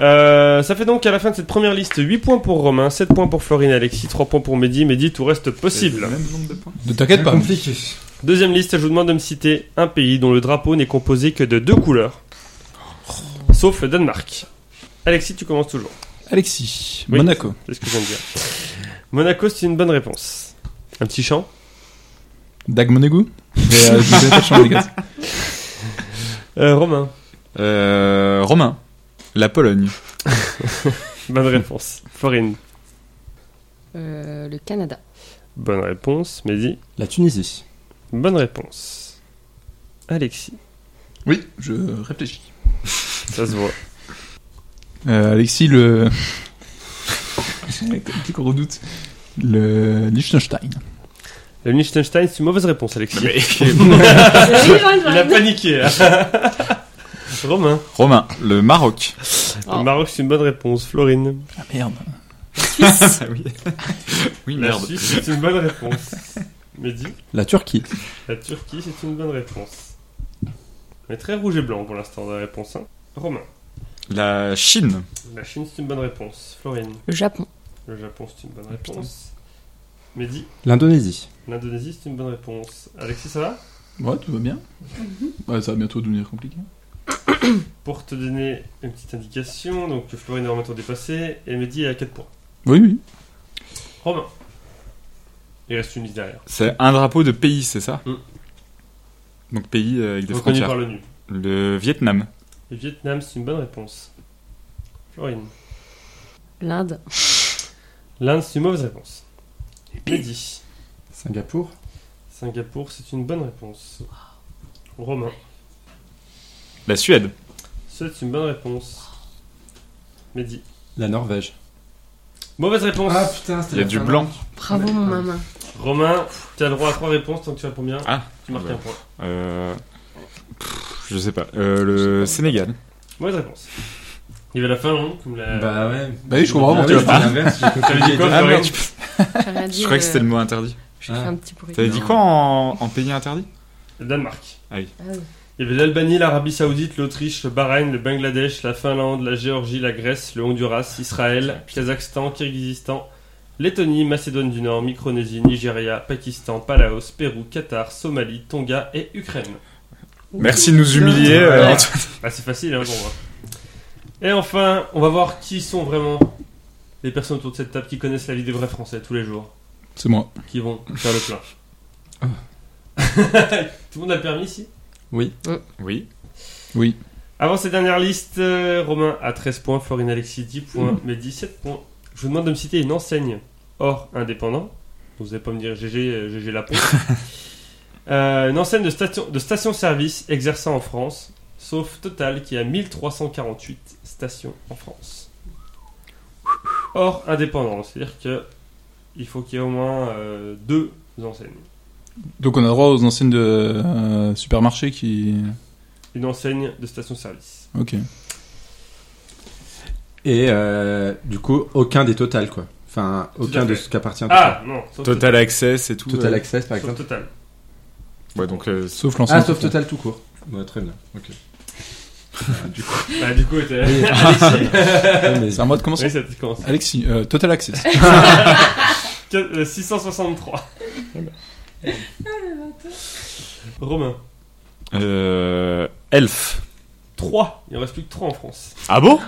Speaker 2: Euh, ça fait donc à la fin de cette première liste 8 points pour Romain, 7 points pour Florine et Alexis, 3 points pour Mehdi. Mehdi, tout reste possible.
Speaker 5: Le même nombre de points.
Speaker 3: Ne t'inquiète pas.
Speaker 6: Compliqué.
Speaker 2: Deuxième liste, je vous demande de me citer un pays dont le drapeau n'est composé que de deux couleurs, sauf le Danemark. Alexis, tu commences toujours.
Speaker 3: Alexis.
Speaker 2: Oui.
Speaker 3: Monaco.
Speaker 2: C'est ce que je viens de dire. Monaco, c'est une bonne réponse. Un petit chant
Speaker 3: Dag Monego. Mais, euh, je vais pas changer, les gars.
Speaker 2: Euh, Romain,
Speaker 5: Euh, Romain. La Pologne.
Speaker 2: bonne réponse. Florine,
Speaker 4: Euh, le Canada.
Speaker 2: bonne réponse. Mehdi,
Speaker 6: La Tunisie.
Speaker 2: bonne réponse. Alexis,
Speaker 3: Oui, je réfléchis.
Speaker 2: ça se voit.
Speaker 3: Euh, Alexis, le. Plus qu'on redoute. Le Liechtenstein.
Speaker 2: Le Liechtenstein, c'est une mauvaise réponse, Alexis. Il a
Speaker 4: J'ai
Speaker 2: paniqué. hein. Romain,
Speaker 5: Romain. Le Maroc.
Speaker 4: Oh.
Speaker 2: le Maroc, c'est une bonne réponse. Florine,
Speaker 3: Ah merde.
Speaker 5: oui. oui,
Speaker 2: la
Speaker 5: merde.
Speaker 2: Suisse, c'est une bonne réponse. Mehdi
Speaker 6: La Turquie.
Speaker 2: La Turquie, c'est une bonne réponse. On est très rouge et blanc pour l'instant dans la réponse. hein. Romain.
Speaker 5: La Chine.
Speaker 2: La Chine, c'est une bonne réponse. Florine.
Speaker 4: Le Japon.
Speaker 2: Le Japon, c'est une bonne
Speaker 5: Ah,
Speaker 2: réponse. Mehdi.
Speaker 6: L'Indonésie.
Speaker 2: L'Indonésie, c'est une bonne réponse. Alexis, ça va
Speaker 3: Ouais, tout va bien. Ouais, ça va bientôt devenir compliqué.
Speaker 2: Pour te donner une petite indication, donc Florine est remettre au dépassé et Mehdi est à 4 points.
Speaker 3: Oui, oui.
Speaker 2: Romain. Il reste une liste derrière.
Speaker 5: C'est un drapeau de pays, c'est ça
Speaker 2: Mm.
Speaker 5: Donc pays euh, avec des
Speaker 2: Reconnu
Speaker 5: frontières.
Speaker 2: par l'ONU.
Speaker 5: Le Vietnam.
Speaker 2: Le Vietnam, c'est une bonne réponse. Florine.
Speaker 4: L'Inde.
Speaker 2: L'Inde, c'est une mauvaise réponse. Mehdi.
Speaker 6: Singapour.
Speaker 2: Singapour, c'est une bonne réponse. Romain.
Speaker 5: La Suède.
Speaker 2: C'est une bonne réponse. Mehdi.
Speaker 6: La Norvège.
Speaker 2: Mauvaise réponse.
Speaker 6: Ah, putain, c'était
Speaker 5: Il y a
Speaker 6: la
Speaker 5: du
Speaker 6: Finlande.
Speaker 5: blanc.
Speaker 4: Bravo, mon maman.
Speaker 2: Romain, tu as le droit à trois réponses tant que tu réponds bien.
Speaker 5: Ah,
Speaker 2: tu marques
Speaker 5: bah.
Speaker 2: un point.
Speaker 5: Euh... pff, je sais pas. Euh, le Sénégal.
Speaker 2: Mauvaise réponse. Il y avait la Finlande, comme la.
Speaker 6: Bah ouais.
Speaker 3: Bah oui, je comprends vraiment que tu l'as pas.
Speaker 2: T'avais dit quoi,
Speaker 5: Ah,
Speaker 2: Florian
Speaker 5: merde, tu- je croyais que c'était le mot Ah. interdit.
Speaker 4: Je fais euh, un petit bruit.
Speaker 5: T'avais dit
Speaker 6: Non.
Speaker 5: quoi en, en pays interdit
Speaker 2: Le Danemark.
Speaker 4: Ah oui.
Speaker 2: Il y avait l'Albanie, l'Arabie Saoudite, l'Autriche, le Bahreïn, le Bangladesh, la Finlande, la Géorgie, la Grèce, le Honduras,
Speaker 5: Ah,
Speaker 2: Israël, Kazakhstan, Kirghizistan, Lettonie, Macédoine du Nord, Micronésie, Nigeria, Pakistan, Palaos, Pérou, Qatar, Somalie, Tonga et Ukraine.
Speaker 5: Merci de nous humilier. euh, Antoine.
Speaker 2: Bah, c'est facile, hein, pour moi. Et enfin, on va voir qui sont vraiment les personnes autour de cette table qui connaissent la vie des vrais Français tous les jours,
Speaker 3: C'est moi.
Speaker 2: qui vont faire le plein. Tout le monde a le permis ici
Speaker 5: Oui.
Speaker 3: Oui.
Speaker 2: Avant cette dernière liste, euh, Romain a 13 points, Florine Alexis 10 points,
Speaker 5: Mm.
Speaker 2: mais 17 points. Je vous demande de me citer une enseigne hors indépendant. Vous n'allez pas me dire GG, euh, GG la pompe. Euh, une enseigne de station, de station-service exerçant en France, sauf Total qui a 1348 stations en France. Hors indépendant, c'est-à-dire que il faut qu'il y ait au moins euh, deux enseignes.
Speaker 3: Donc on a droit aux anciennes de euh, supermarché qui.
Speaker 2: Une enseigne de station-service.
Speaker 3: Ok.
Speaker 6: Et euh, du coup, aucun des totales, quoi. Enfin,
Speaker 2: à
Speaker 6: aucun de
Speaker 2: fait.
Speaker 6: ce qui appartient à
Speaker 2: Ah non, sauf
Speaker 5: Total Access et tout.
Speaker 6: Total
Speaker 5: euh,
Speaker 6: Access, par
Speaker 2: sauf
Speaker 6: exemple.
Speaker 2: Total.
Speaker 5: Ouais, donc euh,
Speaker 3: Sauf l'ancienne.
Speaker 6: Ah, sauf Total tout court. Ouais, très bien. Ok. Ah,
Speaker 2: Bah, du coup, t'es-
Speaker 6: Oui.
Speaker 2: Alexis.
Speaker 3: C'est à moi de commencer.
Speaker 2: Oui, ça te commence.
Speaker 3: Alexis, euh, Total Access.
Speaker 2: Qu- euh, 663. Romain,
Speaker 5: euh, Elf.
Speaker 2: 3. Il en reste plus que 3 en France.
Speaker 5: Ah bon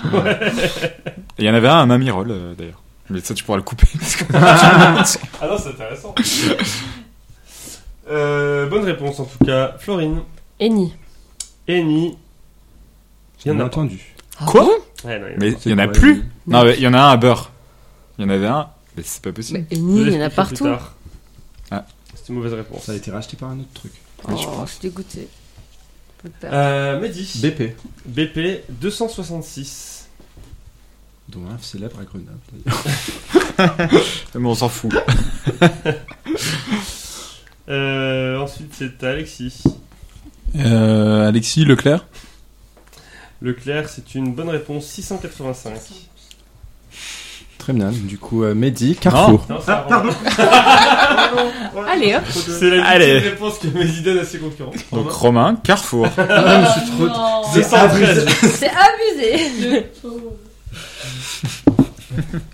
Speaker 5: Il y en avait un à Mamie Roll euh, d'ailleurs. Mais ça, tu pourras le couper. parce que-
Speaker 2: Ah non, c'est intéressant. Euh, bonne réponse en tout cas. Florine,
Speaker 4: Eni.
Speaker 2: Eni. Il
Speaker 6: J'ai
Speaker 2: y en a
Speaker 6: bien entendu.
Speaker 5: Quoi
Speaker 2: Ouais, non, il y en a
Speaker 5: Mais
Speaker 6: C'est
Speaker 5: il y en a
Speaker 6: quoi,
Speaker 5: plus
Speaker 6: Amy
Speaker 5: Non, mais il y en a un à Beurre. Il y en avait un. Mais c'est pas possible.
Speaker 2: Je
Speaker 4: Eni,
Speaker 2: vous
Speaker 4: il y en a
Speaker 2: expliquerai plus
Speaker 4: partout.
Speaker 2: tard.
Speaker 5: Ah.
Speaker 2: C'est une mauvaise réponse.
Speaker 6: Ça a été racheté par un autre truc.
Speaker 4: Oh, je suis dégoûtée.
Speaker 2: Euh, Mehdi,
Speaker 6: BP.
Speaker 2: BP 266.
Speaker 6: Dont un célèbre à Grenoble.
Speaker 5: Mais on s'en fout.
Speaker 2: Euh, ensuite, c'est Alexis.
Speaker 3: Euh, Alexis Leclerc.
Speaker 2: Leclerc, c'est une bonne réponse 685.
Speaker 6: Très bien. Du coup, euh, Mehdi, Carrefour.
Speaker 2: Non, c'est Romain. Ah.
Speaker 4: Allez hop.
Speaker 2: C'est la
Speaker 5: Allez.
Speaker 2: petite réponse que Mehdi donne à ses concurrents.
Speaker 5: Donc Romain, Carrefour.
Speaker 6: Ah, mais c'est trop-
Speaker 4: C'est-
Speaker 2: 213.
Speaker 4: C'est abusé.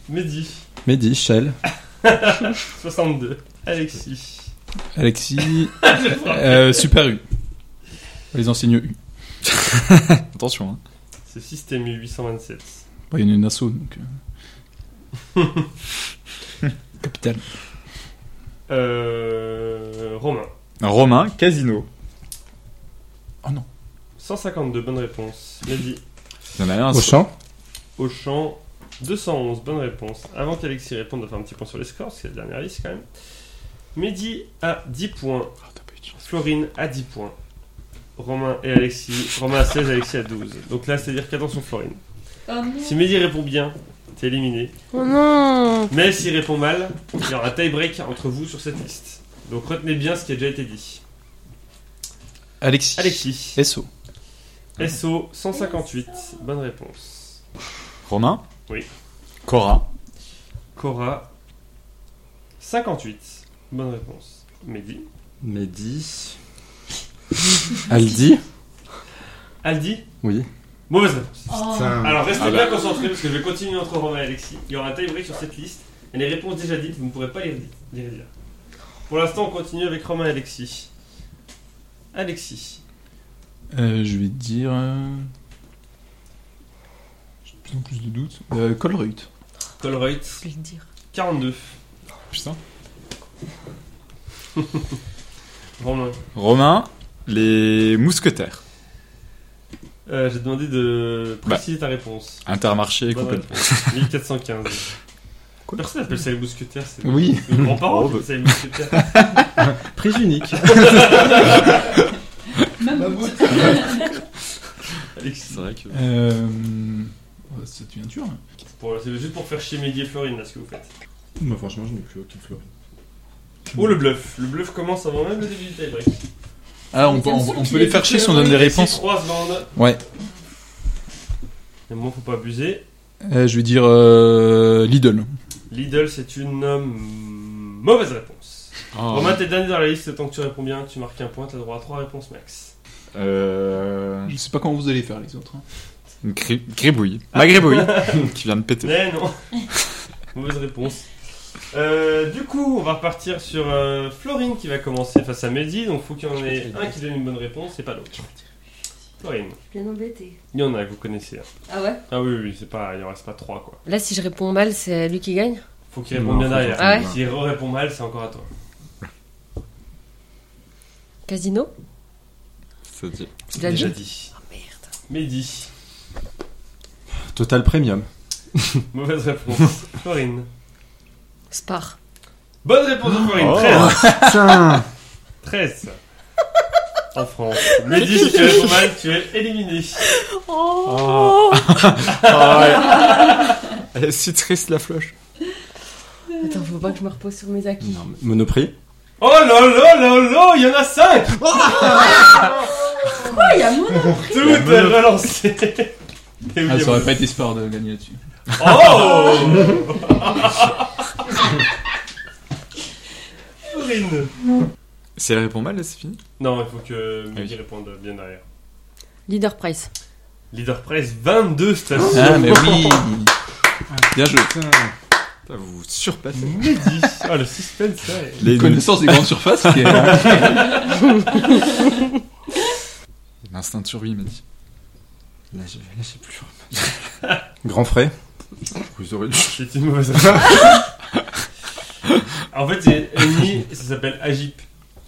Speaker 2: Mehdi,
Speaker 6: Mehdi, Shell.
Speaker 2: 62. Alexis.
Speaker 3: Alexis euh, Super U. Les enseignes U.
Speaker 5: Attention. hein.
Speaker 2: Ce système est 827.
Speaker 3: Bah, il y en a une asso, donc. euh. Capital.
Speaker 2: Euh, Romain.
Speaker 5: Romain, Casino.
Speaker 2: 152, bonne réponse. Mehdi.
Speaker 5: Il y en a
Speaker 6: ah,
Speaker 5: un. c'est-
Speaker 6: Auchan.
Speaker 2: Auchan. 211, bonne réponse. Avant qu'Alexis réponde, on va faire un petit point sur les scores, c'est la dernière liste quand même. Mehdi a 10 points.
Speaker 5: Ah, t'as pas eu de chance.
Speaker 2: Florine a 10 points. Romain et Alexis. Romain à 16, Alexis à 12. Donc là, c'est-à-dire qu'attention, Florine. Si Mehdi répond bien, t'es éliminé.
Speaker 4: Oh non.
Speaker 2: Mais s'il répond mal, il y aura un tie-break entre vous sur cette liste. Donc retenez bien ce qui a déjà été dit.
Speaker 3: Alexis.
Speaker 2: Alexis,
Speaker 3: SO.
Speaker 2: SO 158, bonne réponse.
Speaker 5: Romain
Speaker 2: Oui.
Speaker 5: Cora.
Speaker 2: Cora 58, bonne réponse. Mehdi.
Speaker 6: Mehdi. Aldi.
Speaker 2: Aldi,
Speaker 6: Oui.
Speaker 2: mauvaise réponse.
Speaker 6: Putain.
Speaker 2: Alors restez
Speaker 5: Ah
Speaker 2: bien concentrés parce que je vais continuer entre Romain et Alexis. Il y aura un tie-break sur cette liste et les réponses déjà dites, vous ne pourrez pas les redi- les redire. Pour l'instant, on continue avec Romain et Alexis. Alexis,
Speaker 3: Euh, je vais te dire. euh, J'ai de plus en plus de doutes. Euh, Colruyt.
Speaker 2: Colruyt
Speaker 4: Je vais le dire.
Speaker 2: 42,
Speaker 5: Putain.
Speaker 2: Romain.
Speaker 5: Romain, les mousquetaires.
Speaker 2: Euh, J'ai demandé de
Speaker 5: Bah.
Speaker 2: préciser ta réponse.
Speaker 5: Intermarché et
Speaker 2: Bonne
Speaker 5: compagnie.
Speaker 2: réponse. 1415. Personne n'appelle ça les mousquetaires, c'est
Speaker 6: Oui.
Speaker 2: nos grands-parents
Speaker 5: Oh,
Speaker 2: appellent ça les mousquetaires.
Speaker 6: Prise unique.
Speaker 2: Alexis,
Speaker 5: vrai que.
Speaker 3: Euh... ouais, Ça devient dur. hein.
Speaker 2: pour- c'est juste pour faire chier Mehdi et Florine là ce que vous faites.
Speaker 7: Moi, franchement, je n'ai plus aucune fleur.
Speaker 2: Oh, le bluff. Le bluff commence avant même le début du tie-break.
Speaker 3: Ah, on, peut- on- on peut les faire chier si on donne des réponses.
Speaker 2: 3 secondes.
Speaker 3: Ouais.
Speaker 2: Et moi, faut pas abuser.
Speaker 3: Euh, je vais dire euh, Lidl.
Speaker 2: Lidl, c'est une euh, mauvaise réponse.
Speaker 5: Oh.
Speaker 2: Romain, t'es dernier dans la liste. Tant que tu réponds bien, tu marques un point. T'as droit à 3 réponses max.
Speaker 5: Euh,
Speaker 3: Je sais pas comment vous allez faire les autres. hein.
Speaker 5: une gri- gribouille. Ma gribouille qui vient de péter.
Speaker 2: Mais non. mauvaise réponse. Euh, du coup, on va repartir sur euh, Florine qui va commencer face à Mehdi. Donc, faut qu'il y en ait un qui donne une bonne réponse et pas l'autre. Florine,
Speaker 4: Je viens embêté.
Speaker 2: il y en a que vous connaissez. hein.
Speaker 4: Ah ouais
Speaker 2: Ah oui, oui, oui, c'est pas, il en reste pas 3 quoi.
Speaker 4: Là, si je réponds mal, c'est lui qui gagne
Speaker 2: Faut qu'il réponde
Speaker 5: Non,
Speaker 2: bien
Speaker 5: faut
Speaker 2: derrière.
Speaker 4: qu'il réponde
Speaker 2: S'il répond mal, c'est encore à toi.
Speaker 4: Casino
Speaker 5: Ça dit.
Speaker 4: Tu l'as
Speaker 2: Déjà
Speaker 4: dit
Speaker 2: dit.
Speaker 4: Oh merde.
Speaker 2: Mehdi,
Speaker 6: Total Premium.
Speaker 2: mauvaise réponse. Florine.
Speaker 4: Spar.
Speaker 2: Bonne réponse de Florine,
Speaker 5: Oh.
Speaker 2: 13.
Speaker 6: Tiens
Speaker 2: 13. En France. Mehdi, si tu réponds mal, tu es éliminé.
Speaker 4: Oh,
Speaker 5: Elle est si triste Eh, la floche.
Speaker 4: Attends, faut pas que je me repose sur mes acquis.
Speaker 6: Non, mais Monoprix
Speaker 2: Oh là là là là, il y en a 5
Speaker 4: Oh, il y a mon
Speaker 2: Tout est relancé. Et oui,
Speaker 3: Ah, ça aurait
Speaker 2: voilà.
Speaker 3: pas été sport de gagner là-dessus.
Speaker 2: Oh Florine.
Speaker 5: Si elle répond mal, là, c'est fini.
Speaker 2: Non, il faut que
Speaker 5: Ah
Speaker 2: Mehdi
Speaker 5: oui.
Speaker 2: réponde bien derrière.
Speaker 4: Leader Price.
Speaker 2: Leader Press, 22 stations.
Speaker 3: Ah, mais oui Bien joué.
Speaker 5: Putain, Vous vous surpassez.
Speaker 2: Mehdi. Ah, le suspense, ouais.
Speaker 5: Les
Speaker 3: Connaissance des grandes surfaces. qui est- euh,
Speaker 5: L'instinct de survie m'a dit. Là, j'ai là, j'ai plus.
Speaker 6: Grand frais
Speaker 5: Vous aurez dû.
Speaker 2: C'est une mauvaise réponse. en fait, c'est ennemi, ça s'appelle Agip.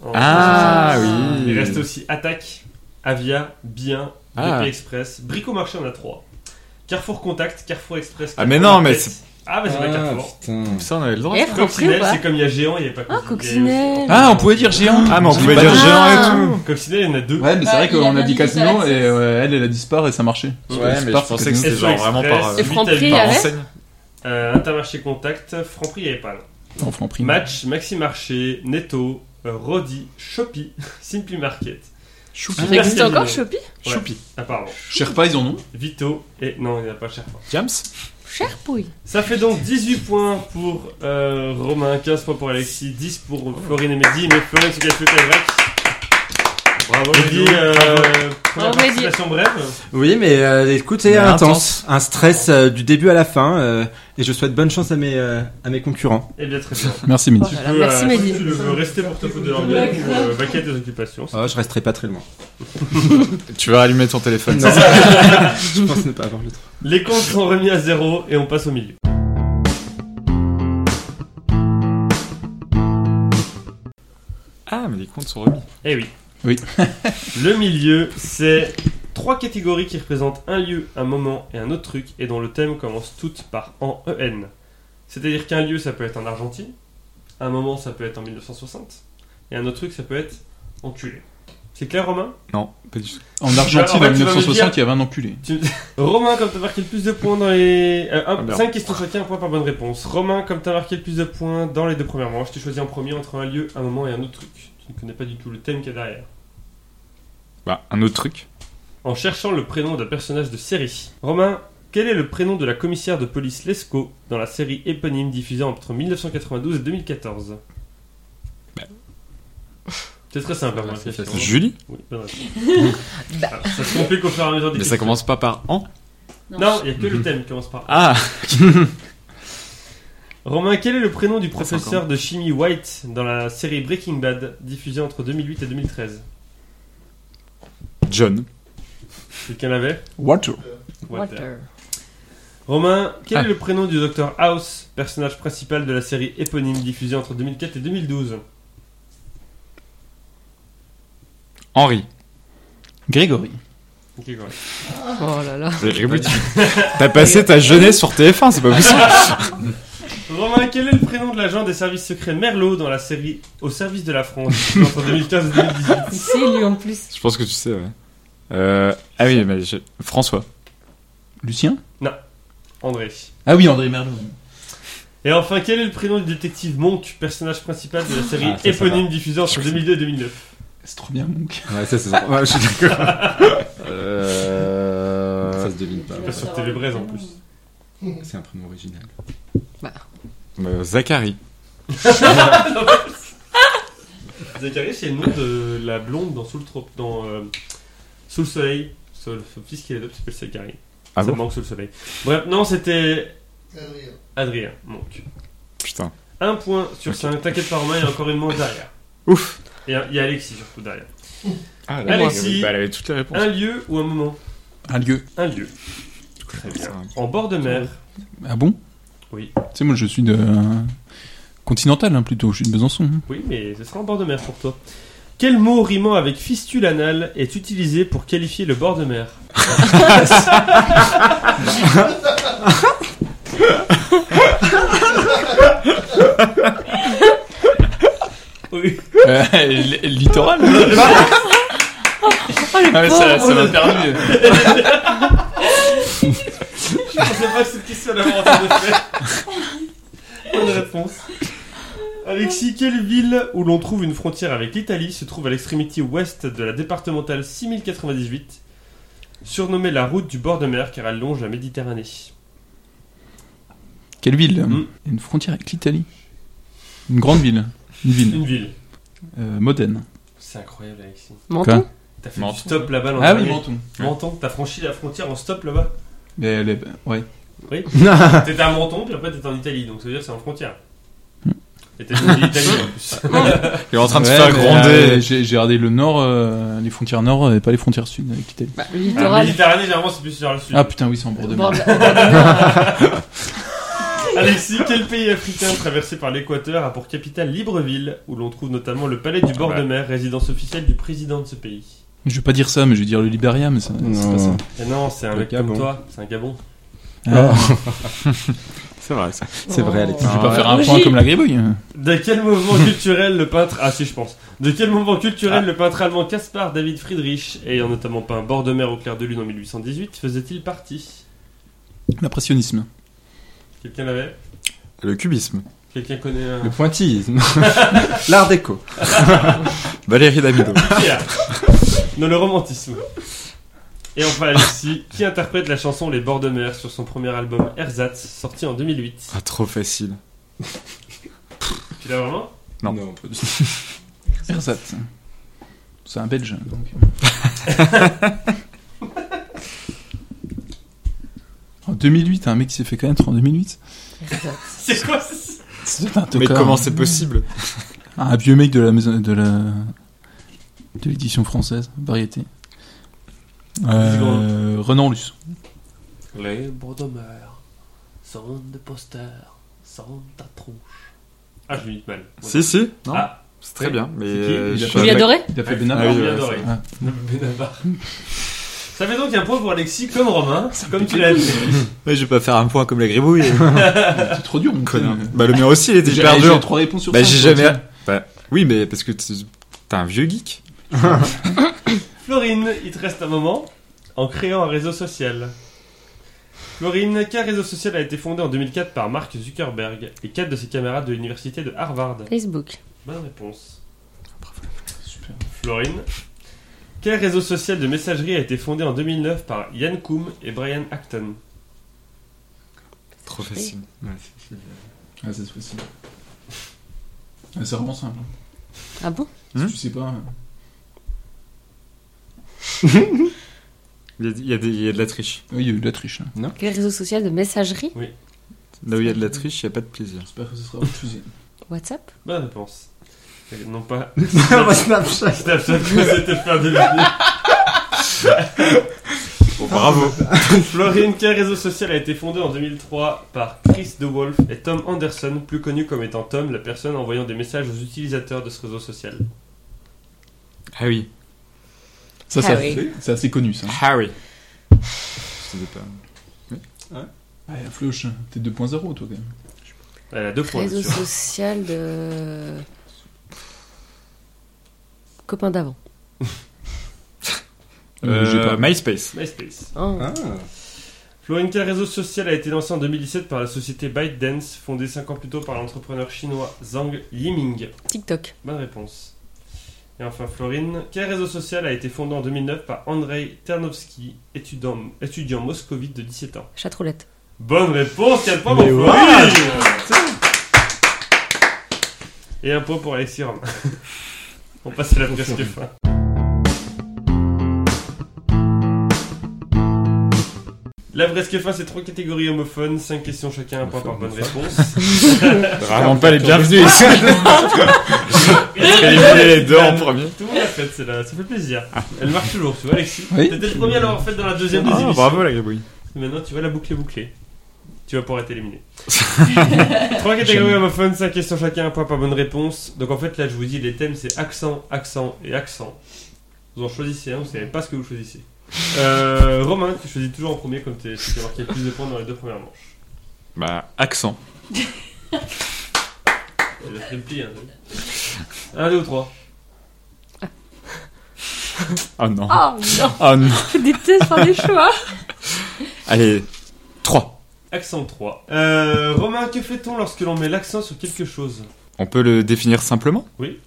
Speaker 2: En-
Speaker 5: Ah oui.
Speaker 2: Il reste aussi Attaque, Avia, Bien,
Speaker 5: Ah.
Speaker 2: BP Express, Brico Marché en a 3. Carrefour Contact, Carrefour Express.
Speaker 5: Ah, mais
Speaker 2: Carrefour
Speaker 5: non, mais
Speaker 2: Market.
Speaker 5: c'est-
Speaker 2: Ah, mais c'est pas
Speaker 6: Ah,
Speaker 2: Carrefour.
Speaker 6: putain.
Speaker 5: Ça, on avait le droit.
Speaker 4: Eh, faut compris ou
Speaker 2: Coccinelle,
Speaker 4: pas
Speaker 2: c'est comme il y a Géant, il n'y avait pas
Speaker 4: Ah,
Speaker 2: Coccinelle.
Speaker 4: Coccinelle.
Speaker 3: Ah, on pouvait dire géant.
Speaker 5: Ah, mais on
Speaker 3: Je
Speaker 5: pouvait
Speaker 3: l'ai
Speaker 5: dire
Speaker 3: pas dit.
Speaker 4: Ah.
Speaker 5: géant et tout.
Speaker 2: Coccinelle, il y en a 2.
Speaker 3: Ouais, mais c'est
Speaker 8: Bah,
Speaker 3: vrai
Speaker 8: il a
Speaker 3: qu'on a
Speaker 8: bien
Speaker 3: dit
Speaker 8: dit
Speaker 3: casino
Speaker 8: ça,
Speaker 3: et euh, elle, elle a disparu et ça marchait.
Speaker 5: Ouais,
Speaker 3: Parce que
Speaker 5: mais
Speaker 3: Spar,
Speaker 5: je pensais que
Speaker 3: c'est-
Speaker 5: c'était genre vraiment par, euh,
Speaker 4: Et Franprix,
Speaker 5: par
Speaker 4: avait
Speaker 5: enseigne.
Speaker 2: Euh, Intermarché Contact, Franprix, il n'y avait pas. non.
Speaker 3: Non, Franprix.
Speaker 2: Match, Maxi Marché, Netto, euh, Rodi, Shopee, Simply Market.
Speaker 5: Choupi.
Speaker 4: Ah, Ça
Speaker 2: Merci,
Speaker 4: existe
Speaker 2: Adeline.
Speaker 4: encore, Shopee
Speaker 2: Ouais.
Speaker 5: Choupi.
Speaker 2: Ah, pardon.
Speaker 3: Sherpa, ils en ont.
Speaker 2: Vito et. Non, il n'y en a pas cher.
Speaker 5: James
Speaker 4: Cher pouille.
Speaker 2: Ça fait donc 18 points pour euh, Romain, 15 points pour Alexis, 10
Speaker 4: Oh.
Speaker 2: pour Florine et Mehdi, mais Florine se gagne plus qu'elle
Speaker 5: Bravo,
Speaker 2: Mehdi,
Speaker 5: Ludo.
Speaker 2: euh, première
Speaker 4: Bravo,
Speaker 2: participation brève.
Speaker 6: Oui, mais euh, écoute, c'est
Speaker 5: Mais
Speaker 6: intense. Un stress euh, du début à la fin. euh, et je souhaite bonne chance à mes, euh, à mes concurrents.
Speaker 2: Eh bien, très bien.
Speaker 3: Merci, Mehdi.
Speaker 4: Voilà, merci, Mehdi.
Speaker 2: Si tu veux rester pour te foutre de l'orgueil, ou euh, vaquer à tes occupations.
Speaker 6: Oh, je resterai pas très loin.
Speaker 5: Tu vas allumer ton téléphone.
Speaker 6: Non. je pense ne pas avoir le temps.
Speaker 2: Les comptes sont remis à zéro et on passe au milieu.
Speaker 5: Ah, mais les comptes sont remis.
Speaker 2: Eh oui.
Speaker 3: Oui.
Speaker 2: le milieu, c'est trois catégories qui représentent un lieu, un moment et un autre truc et dont le thème commence toutes par en EN. C'est-à-dire qu'un lieu, ça peut être en Argentine, un moment, ça peut être en 1960 et un autre truc, ça peut être enculé. C'est clair, Romain
Speaker 5: Non, pas du tout.
Speaker 3: En Argentine,
Speaker 2: Alors,
Speaker 3: en
Speaker 2: en fait, tu vas me
Speaker 3: 1960, il y avait un enculé.
Speaker 2: Tu- Romain, comme t'as marqué le plus de points dans les. Euh, un-
Speaker 5: Ah, merde.
Speaker 2: cinq questions chacun, un point par bonne réponse. Romain, comme t'as marqué le plus de points dans les deux premières manches, tu choisis en premier entre un lieu, un moment et un autre truc. Tu ne connais pas du tout le thème qu'il y a derrière.
Speaker 5: Bah, un autre truc.
Speaker 2: En cherchant le prénom d'un personnage de série. Romain, quel est le prénom de la commissaire de police Lescaut dans la série éponyme diffusée entre 1992 et 2014
Speaker 5: Bah.
Speaker 2: C'est très simple, Romain.
Speaker 7: c'est
Speaker 2: question.
Speaker 5: Julie
Speaker 2: Oui, bonne réponse. Alors, ça se complique au fur et à mesure des
Speaker 5: Mais ça
Speaker 2: questions.
Speaker 5: commence pas par an.
Speaker 2: Non, il n'y a que le thème qui commence par
Speaker 5: Ah
Speaker 2: Romain, quel est le prénom du
Speaker 5: cinq ans.
Speaker 2: professeur de chimie White dans la série Breaking Bad diffusée entre 2008 et 2013
Speaker 5: John.
Speaker 2: Quelqu'un l'avait
Speaker 3: Water.
Speaker 2: Walter.
Speaker 4: Walter.
Speaker 2: Romain, quel
Speaker 5: Ah.
Speaker 2: est le prénom du docteur House, personnage principal de la série éponyme diffusée entre 2004 et 2012
Speaker 5: Henri.
Speaker 3: Grégory.
Speaker 2: Ok, correct.
Speaker 4: Oh là là.
Speaker 5: T'as passé ta jeunesse sur TF1, c'est pas possible.
Speaker 2: Romain, quel est le prénom de l'agent des services secrets Merlot dans la série Au service de la France diffusée entre 2015 et 2018
Speaker 4: C'est lui en plus.
Speaker 5: Je pense que tu sais, ouais. Euh, ah oui, mais je- François.
Speaker 3: Lucien
Speaker 2: André.
Speaker 3: Ah oui, André Merlot.
Speaker 2: Et enfin, quel est le prénom du détective Monk, personnage principal de la série
Speaker 5: Ah, ça, ça
Speaker 2: éponyme diffusée entre 2002 et 2009
Speaker 3: C'est trop bien, Monk.
Speaker 5: Ouais, ça, c'est ça. Ouais, je suis d'accord. Euh,
Speaker 6: Ça se devine pas.
Speaker 2: Pas sur TV Braise en plus.
Speaker 6: C'est un prénom original.
Speaker 5: euh, Zachary.
Speaker 2: Zachary, c'est le nom de la blonde dans Sous le, trop- dans, euh, Sous le soleil. Son son fils qui l'adopte s'appelle Zachary.
Speaker 5: Ah
Speaker 2: ça
Speaker 5: bon
Speaker 2: manque sous le soleil. Bref, non, c'était
Speaker 7: Adrien.
Speaker 2: Adrien Monk.
Speaker 5: Putain.
Speaker 2: Un point sur 5. T'inquiète pas, Romain, il y a encore une manche derrière.
Speaker 5: Ouf.
Speaker 2: Et un- il y a Alexis surtout derrière.
Speaker 5: Ah,
Speaker 2: là, Alexis.
Speaker 5: Elle, bah, elle avait toutes les réponses.
Speaker 2: Un lieu ou un moment
Speaker 3: Un lieu.
Speaker 2: Un lieu. Très bien.
Speaker 5: Putain.
Speaker 2: En bord de mer.
Speaker 3: Ah bon
Speaker 2: Oui.
Speaker 3: Tu sais, moi, je suis de. euh, Continental, hein, plutôt. Je suis de Besançon. hein.
Speaker 2: Oui, mais ce sera en bord de mer pour toi. Quel mot rimant avec fistule anale est utilisé pour qualifier le bord de mer Oui.
Speaker 3: Euh, l- littoral Ah, mais ça ça m'a perdu.
Speaker 2: Je pensais pas que cette question allait avoir autant d'effet. Bonne réponse. Alexis, quelle ville où l'on trouve une frontière avec l'Italie se trouve à l'extrémité ouest de la départementale 6098, surnommée la route du bord de mer car elle longe la Méditerranée
Speaker 3: Quelle ville
Speaker 5: Mm.
Speaker 2: Hmm.
Speaker 3: Une frontière avec l'Italie. Une grande ville. Une ville.
Speaker 2: Une ville.
Speaker 3: Euh, Modène.
Speaker 2: C'est incroyable, Alexis.
Speaker 4: Menton
Speaker 2: T'as fait
Speaker 5: Menton.
Speaker 2: du stop là-bas l'an
Speaker 3: Ah oui,
Speaker 2: dernier.
Speaker 3: Menton.
Speaker 2: Menton, t'as franchi la frontière en stop là-bas.
Speaker 3: Mais elle est- Ouais.
Speaker 2: Oui. t'étais à Menton, puis après t'étais en Italie, donc ça veut dire que c'est en frontière. T'étais en Italie en plus.
Speaker 5: Il est en train de se
Speaker 3: Ouais,
Speaker 5: faire
Speaker 3: mais,
Speaker 5: gronder.
Speaker 3: euh, J'ai j'ai regardé le nord, euh, les frontières nord et pas les frontières sud avec l'Italie.
Speaker 4: Bah,
Speaker 2: La
Speaker 4: littoral. bah,
Speaker 2: Méditerranée, généralement, c'est plus vers
Speaker 5: Mm.
Speaker 2: le sud.
Speaker 3: Ah putain, Ah, oui, c'est en bord de mer.
Speaker 4: Bord de- bord de mer.
Speaker 2: Alexis, quel pays africain traversé par l'équateur a pour capitale Libreville, où l'on trouve notamment le palais du bord de mer, résidence officielle du président de ce pays
Speaker 3: Je vais pas dire ça, mais je vais dire le Liberia, mais ça- c'est
Speaker 6: Non.
Speaker 3: pas ça.
Speaker 2: Et Eh non, c'est un
Speaker 6: Le
Speaker 2: mec comme
Speaker 6: Gabon.
Speaker 2: toi, c'est un Gabon.
Speaker 3: Ah,
Speaker 5: C'est vrai, ça.
Speaker 6: C'est vrai, Alexis.
Speaker 3: je vais pas
Speaker 5: Ah,
Speaker 3: faire un
Speaker 4: oui.
Speaker 3: point comme la gribouille.
Speaker 2: De quel mouvement culturel le peintre. Ah, si, je pense. De quel mouvement culturel le peintre allemand Caspar David Friedrich, ayant notamment peint Bord de mer au clair de lune en 1818, faisait-il partie
Speaker 3: L'impressionnisme.
Speaker 2: Quelqu'un l'avait
Speaker 5: Le cubisme.
Speaker 2: Quelqu'un connaît
Speaker 6: Le
Speaker 2: un.
Speaker 6: pointillisme. L'art déco.
Speaker 5: Valérie Damido.
Speaker 2: Pierre Dans le romantisme. Et enfin, Alexis, qui interprète la chanson Les Bords de mer sur son premier album Ersatz, sorti en 2008
Speaker 5: ah, trop facile.
Speaker 2: Tu l'as vraiment
Speaker 5: Non.
Speaker 6: pas du
Speaker 3: Ersatz. C'est un belge. donc. en 2008, un mec qui s'est fait connaître en 2008.
Speaker 2: C'est quoi ça
Speaker 3: C'est un
Speaker 5: Mais
Speaker 3: tocard.
Speaker 5: comment c'est possible
Speaker 3: Un vieux mec de la maison de la de l'édition française, variété. Euh, Renan Luce.
Speaker 2: Les Bords de mer sont des posters, sont ta tronche. Ah, je l'imite mal.
Speaker 5: Si, si. Non.
Speaker 2: Ah.
Speaker 5: C'est très bien. Mais.
Speaker 2: C'est qui
Speaker 5: euh,
Speaker 3: Il a
Speaker 5: je-
Speaker 3: fait-
Speaker 4: Julien Doré
Speaker 3: Il a fait
Speaker 2: Ah,
Speaker 3: Benabar.
Speaker 5: Ah oui,
Speaker 2: Julien
Speaker 5: ouais,
Speaker 2: Doré.
Speaker 3: ça-
Speaker 2: Benabar. Ça fait donc un point pour Alexis comme Romain, comme tu l'as dit.
Speaker 5: Ouais, je vais pas faire un point comme la gribouille.
Speaker 3: Ah, C'est trop dur, mon
Speaker 5: Connard.
Speaker 3: con.
Speaker 5: bah, le mien aussi, il était
Speaker 3: J'ai
Speaker 5: hyper
Speaker 3: j'ai
Speaker 5: dur.
Speaker 3: trois réponses sur
Speaker 5: Bah,
Speaker 3: cinq,
Speaker 5: j'ai
Speaker 3: quoi,
Speaker 5: jamais.
Speaker 3: tu
Speaker 5: Bah, oui, mais parce que t'es t'es un vieux geek.
Speaker 2: Florine, il te reste un moment en créant un réseau social. Florine, quel réseau social a été fondé en 2004 par Mark Zuckerberg et quatre de ses camarades de l'université de Harvard
Speaker 4: Facebook.
Speaker 2: Bonne réponse.
Speaker 3: vois. Super.
Speaker 2: Florine, quel réseau social de messagerie a été fondé en 2009 par Yann Koum et Brian Acton
Speaker 5: Trop
Speaker 4: facile.
Speaker 3: Ah, ça, c'est facile. Ah, c'est vraiment simple. hein.
Speaker 4: Ah bon
Speaker 5: Hmm
Speaker 3: Si tu sais pas. euh.
Speaker 5: Il y, a, il y a des- il y a de la triche.
Speaker 3: Oui, il y a eu de la triche. là.
Speaker 4: Quel réseau social de messagerie
Speaker 5: Là où il y a de la triche, il n'y a pas de plaisir.
Speaker 3: J'espère que ce sera autre chose.
Speaker 4: WhatsApp
Speaker 2: Bonne réponse. Euh, Non pas.
Speaker 6: Bah, Snapchat.
Speaker 2: Snapchat, c'était faire de l'idée.
Speaker 5: Bon, bravo.
Speaker 2: Florine, quel réseau social a été fondé en 2003 par Chris DeWolf et Tom Anderson, plus connu comme étant Tom, la personne envoyant des messages aux utilisateurs de ce réseau social
Speaker 5: Ah oui.
Speaker 3: Ça,
Speaker 4: Ah
Speaker 3: ça-
Speaker 4: oui.
Speaker 3: c'est assez connu, ça.
Speaker 5: Harry. Je sais pas.
Speaker 3: Ah, la floche, t'es 2.0, toi, quand même.
Speaker 2: Elle a Euh, deux points.
Speaker 4: Réseau
Speaker 2: là-dessus.
Speaker 4: social de. Copain d'avant.
Speaker 5: Euh,
Speaker 3: Euh, J'ai pas-
Speaker 5: MySpace.
Speaker 2: MySpace.
Speaker 4: Oh.
Speaker 6: Ah.
Speaker 2: Florinka Réseau Social a été lancé en 2017 par la société ByteDance, fondée 5 ans plus tôt par l'entrepreneur chinois Zhang Yiming.
Speaker 4: TikTok.
Speaker 2: Bonne réponse. Et enfin, Florine, quel réseau social a été fondé en 2009 par Andrei Ternovski, étudiant, étudiant moscovite de 17 ans
Speaker 4: Chatroulette.
Speaker 2: Bonne réponse, quel point pour Florine Et un point pour Alexis Romain. On passe à la presque fin. La presque fin, c'est trois catégories homophones, cinq questions chacun, un point par bonne réponse.
Speaker 5: Vraiment pas les bienvenus ici. Éliminer les deux en premier.
Speaker 2: Tout le monde l'a faite, celle-là, ça fait plaisir. Elle marche toujours, tu vois, Alexis.
Speaker 3: Oui.
Speaker 2: T'étais le premier à l'avoir faite dans la deuxième des
Speaker 5: Ah. Ah,
Speaker 2: émissions.
Speaker 5: bravo la gribouille.
Speaker 2: Et Maintenant, tu vois la boucle est bouclée. Tu vas pouvoir être éliminé. Trois catégories homophones, cinq questions chacun, un point par bonne réponse. Donc en fait, là, je vous dis, les thèmes, c'est accent, accent et accent. Vous en choisissez un, vous savez pas ce que vous choisissez. Euh, Romain, tu choisis toujours en premier comme t'es celui qui a marqué le plus de points dans les deux premières manches.
Speaker 5: Bah, accent.
Speaker 2: Et le tripli, hein, t'as vu. Un, deux ou trois
Speaker 5: Oh non.
Speaker 4: Oh non,
Speaker 5: Oh non.
Speaker 4: je déteste faire des choix.
Speaker 5: Allez, 3.
Speaker 2: Accent 3. Euh, Romain, que fait-on lorsque l'on met l'accent sur quelque chose
Speaker 5: On peut le définir simplement
Speaker 2: Oui.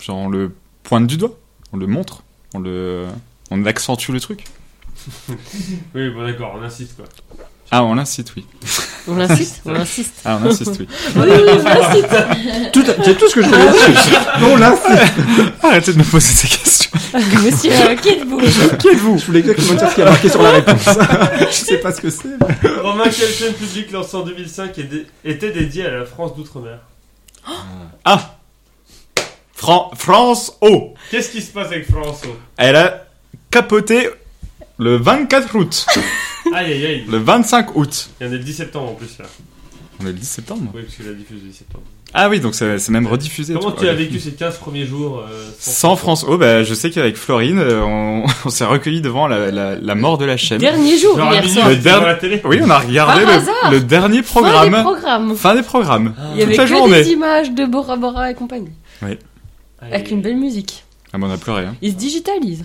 Speaker 5: Genre, on le pointe du doigt, on le montre, on le. On accentue le truc.
Speaker 2: Oui, bon d'accord, on insiste quoi.
Speaker 5: Ah, on l'incite, oui.
Speaker 4: On l'insiste On l'insiste.
Speaker 5: Ah, on insiste, oui.
Speaker 4: Oui, oui, on l'insiste.
Speaker 6: Tout, c'est tout ce que je voulais dire. Non, là, c'est.
Speaker 5: Arrêtez de me poser ces questions.
Speaker 4: Monsieur, euh, qui êtes-vous
Speaker 6: Qui êtes-vous Je voulais exactement dire ce qui a marqué sur la réponse. je sais pas ce que c'est. mais-
Speaker 2: Romain, quelle chaîne publique lancée en 2005 est dé- était dédiée à la France d'outre-mer
Speaker 5: Ah Fran- France O
Speaker 2: Qu'est-ce qui se passe avec François
Speaker 5: Elle a capoté le 24 août.
Speaker 2: Aïe aïe aïe,
Speaker 5: Le 25 août.
Speaker 2: il y en a le 10 septembre en plus là.
Speaker 5: On est le 10 septembre.
Speaker 2: Oui, parce que la diffuse le 10 septembre.
Speaker 5: Ah oui, donc c'est c'est même rediffusé.
Speaker 2: Comment
Speaker 5: tout.
Speaker 2: tu as
Speaker 5: Ok.
Speaker 2: vécu ces 15 premiers jours euh,
Speaker 5: Sans France O, bah, je sais qu'avec Florine, euh, on, on s'est recueilli devant la, la- la mort de la chaîne.
Speaker 4: Dernier jour,
Speaker 2: Genre à
Speaker 4: hier
Speaker 2: minuit,
Speaker 4: soir.
Speaker 5: Le
Speaker 2: c'était sur
Speaker 5: dernier-
Speaker 2: la télé
Speaker 5: Oui, on a regardé
Speaker 4: Par
Speaker 5: le,
Speaker 4: hasard.
Speaker 5: le dernier
Speaker 4: Programme.
Speaker 5: programme. Fin des programmes.
Speaker 4: Ah. Il y avait
Speaker 5: la
Speaker 4: que
Speaker 5: journée.
Speaker 4: des images de Bora Bora et compagnie.
Speaker 2: Aïe,
Speaker 4: Avec une belle musique.
Speaker 5: Ah, mais on a pleuré. hein.
Speaker 4: Ils se digitalisent.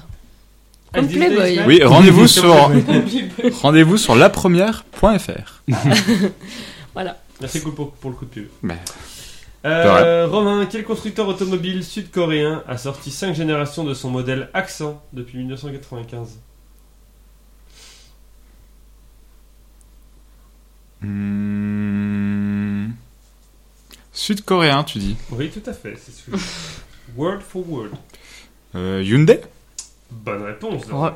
Speaker 2: aïe.
Speaker 4: comme
Speaker 2: Ah, Disney
Speaker 4: Playboy.
Speaker 2: Snack
Speaker 5: Oui, rendez-vous sur,
Speaker 2: Playboy.
Speaker 5: rendez-vous sur lapremière.fr.
Speaker 2: Merci cool pour, pour le coup de pub.
Speaker 5: Mais-
Speaker 2: Euh, Romain, quel constructeur automobile sud-coréen a sorti 5 générations de son modèle Accent depuis 1995
Speaker 5: Hmm. Sud-coréen, tu dis.
Speaker 2: Oui, tout à fait, c'est ce que je- Word for word.
Speaker 5: Euh, Hyundai
Speaker 2: Bonne réponse. Laurent.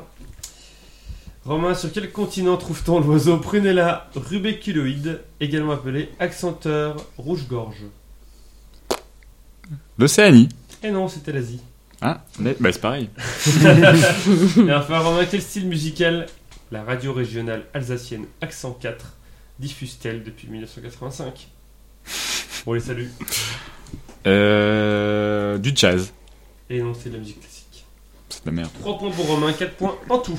Speaker 2: Romain, sur quel continent trouve-t-on l'oiseau Prunella rubiculoïde, également appelé accenteur rouge-gorge
Speaker 5: L'Océanie.
Speaker 2: Eh non, c'était l'Asie.
Speaker 5: Ah, mais- bah, c'est pareil.
Speaker 2: Et enfin, Romain, quel style musical la radio régionale alsacienne Accent 4 diffuse-t-elle depuis 1985 On les salue.
Speaker 5: Euh, du jazz.
Speaker 2: Et non, c'est de la musique classique.
Speaker 5: C'est de la merde.
Speaker 2: 3 points pour Romain, 4 points en tout.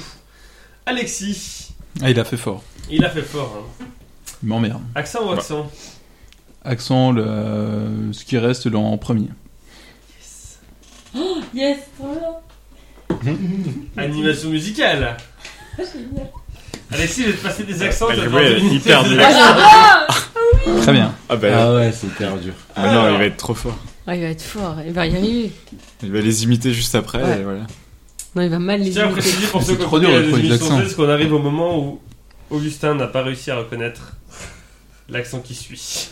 Speaker 2: Alexis,
Speaker 3: Ah, il a fait fort.
Speaker 2: il a fait fort. hein.
Speaker 3: Il m'emmerde.
Speaker 2: Accent ou accent
Speaker 3: Accent, le, euh, ce qui reste là en premier.
Speaker 4: Yes, trop bien.
Speaker 2: Animation musicale. Alexis, je vais te passer des accents. tu
Speaker 5: Elle
Speaker 2: vas
Speaker 5: est
Speaker 2: devoir
Speaker 5: ouais,
Speaker 2: deviner
Speaker 5: hyper
Speaker 2: tes
Speaker 5: nulle.
Speaker 2: accents.
Speaker 4: Ah,
Speaker 3: Très bien.
Speaker 5: Ah
Speaker 6: Ah ouais, c'est hyper dur.
Speaker 5: Ah non, il va être trop fort.
Speaker 4: Ouais, il va être fort, il va y arriver.
Speaker 5: Il va les imiter juste après.
Speaker 4: Ouais.
Speaker 5: et voilà.
Speaker 4: Non, il va mal
Speaker 2: Je
Speaker 4: les
Speaker 2: tiens à
Speaker 4: imiter.
Speaker 2: préciser pour
Speaker 3: Mais
Speaker 2: ceux
Speaker 3: c'est
Speaker 2: qui
Speaker 3: trop
Speaker 2: ont
Speaker 3: dur,
Speaker 2: écouté
Speaker 3: le
Speaker 2: les
Speaker 3: produit de
Speaker 2: émissions
Speaker 3: l'accent.
Speaker 2: parce qu'on arrive au moment où Augustin n'a pas réussi à reconnaître l'accent qui suit.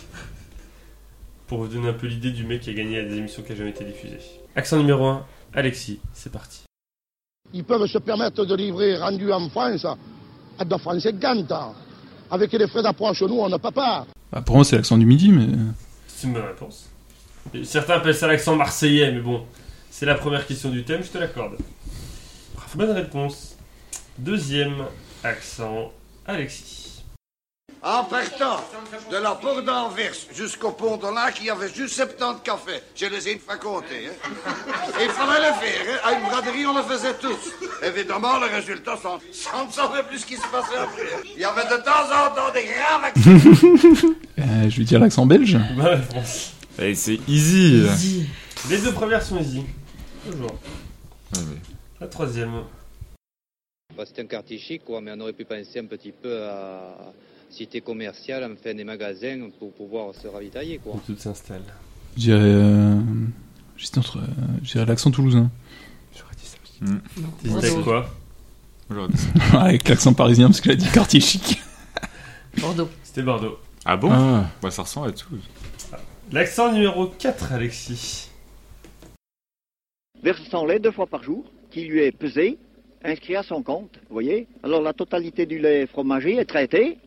Speaker 2: Pour vous donner un peu l'idée du mec qui a gagné à des émissions qui n'ont jamais été diffusées. Accent numéro 1, Alexis, c'est parti.
Speaker 7: Ils peuvent se permettre de livrer rendu en France à de la France 50. Avec les frais d'approche, nous, on n'a pas peur.
Speaker 3: Bah, pour moi, c'est l'accent du midi, mais.
Speaker 2: C'est une bonne réponse. Et Certains appellent ça l'accent marseillais, mais bon, c'est la première question du thème, je te l'accorde. Bonne réponse. Deuxième accent, Alexis.
Speaker 8: En partant de la porte d'Anvers jusqu'au pont de Lac, il y avait juste 70 cafés. Je les ai racontés. Hein. Il fallait le faire. Hein. À une braderie, on le faisait tous. Évidemment, les résultats sont... On ne savait plus ce qui se passait après. Il y avait de temps en temps des graves accidents.
Speaker 3: Euh, je vais dire l'accent belge.
Speaker 2: Bonne réponse.
Speaker 5: Et c'est easy.
Speaker 2: Les
Speaker 5: Ah,
Speaker 2: deux premières sont easy. Toujours.
Speaker 5: Ouais, mais-
Speaker 2: La troisième.
Speaker 9: Bah, c'est un quartier chic, quoi, mais on aurait pu penser un petit peu à cité commerciale, enfin des magasins pour pouvoir se ravitailler. Quoi.
Speaker 2: Tout s'installe.
Speaker 3: Je dirais. euh, J'étais entre. euh, Je dirais l'accent toulousain.
Speaker 2: T'hésitais
Speaker 4: Bordeaux.
Speaker 2: quoi
Speaker 5: J'aurais dit ça.
Speaker 3: Avec l'accent parisien, parce qu'il a dit quartier chic.
Speaker 4: Bordeaux.
Speaker 2: C'était Bordeaux.
Speaker 5: Ah bon
Speaker 6: Ah.
Speaker 5: Bah, ça ressemble à tout.
Speaker 2: L'accent numéro 4, Alexis.
Speaker 10: versant lait deux fois par jour, qui lui est pesé, inscrit à son compte, vous voyez Alors la totalité du lait fromager est traitée.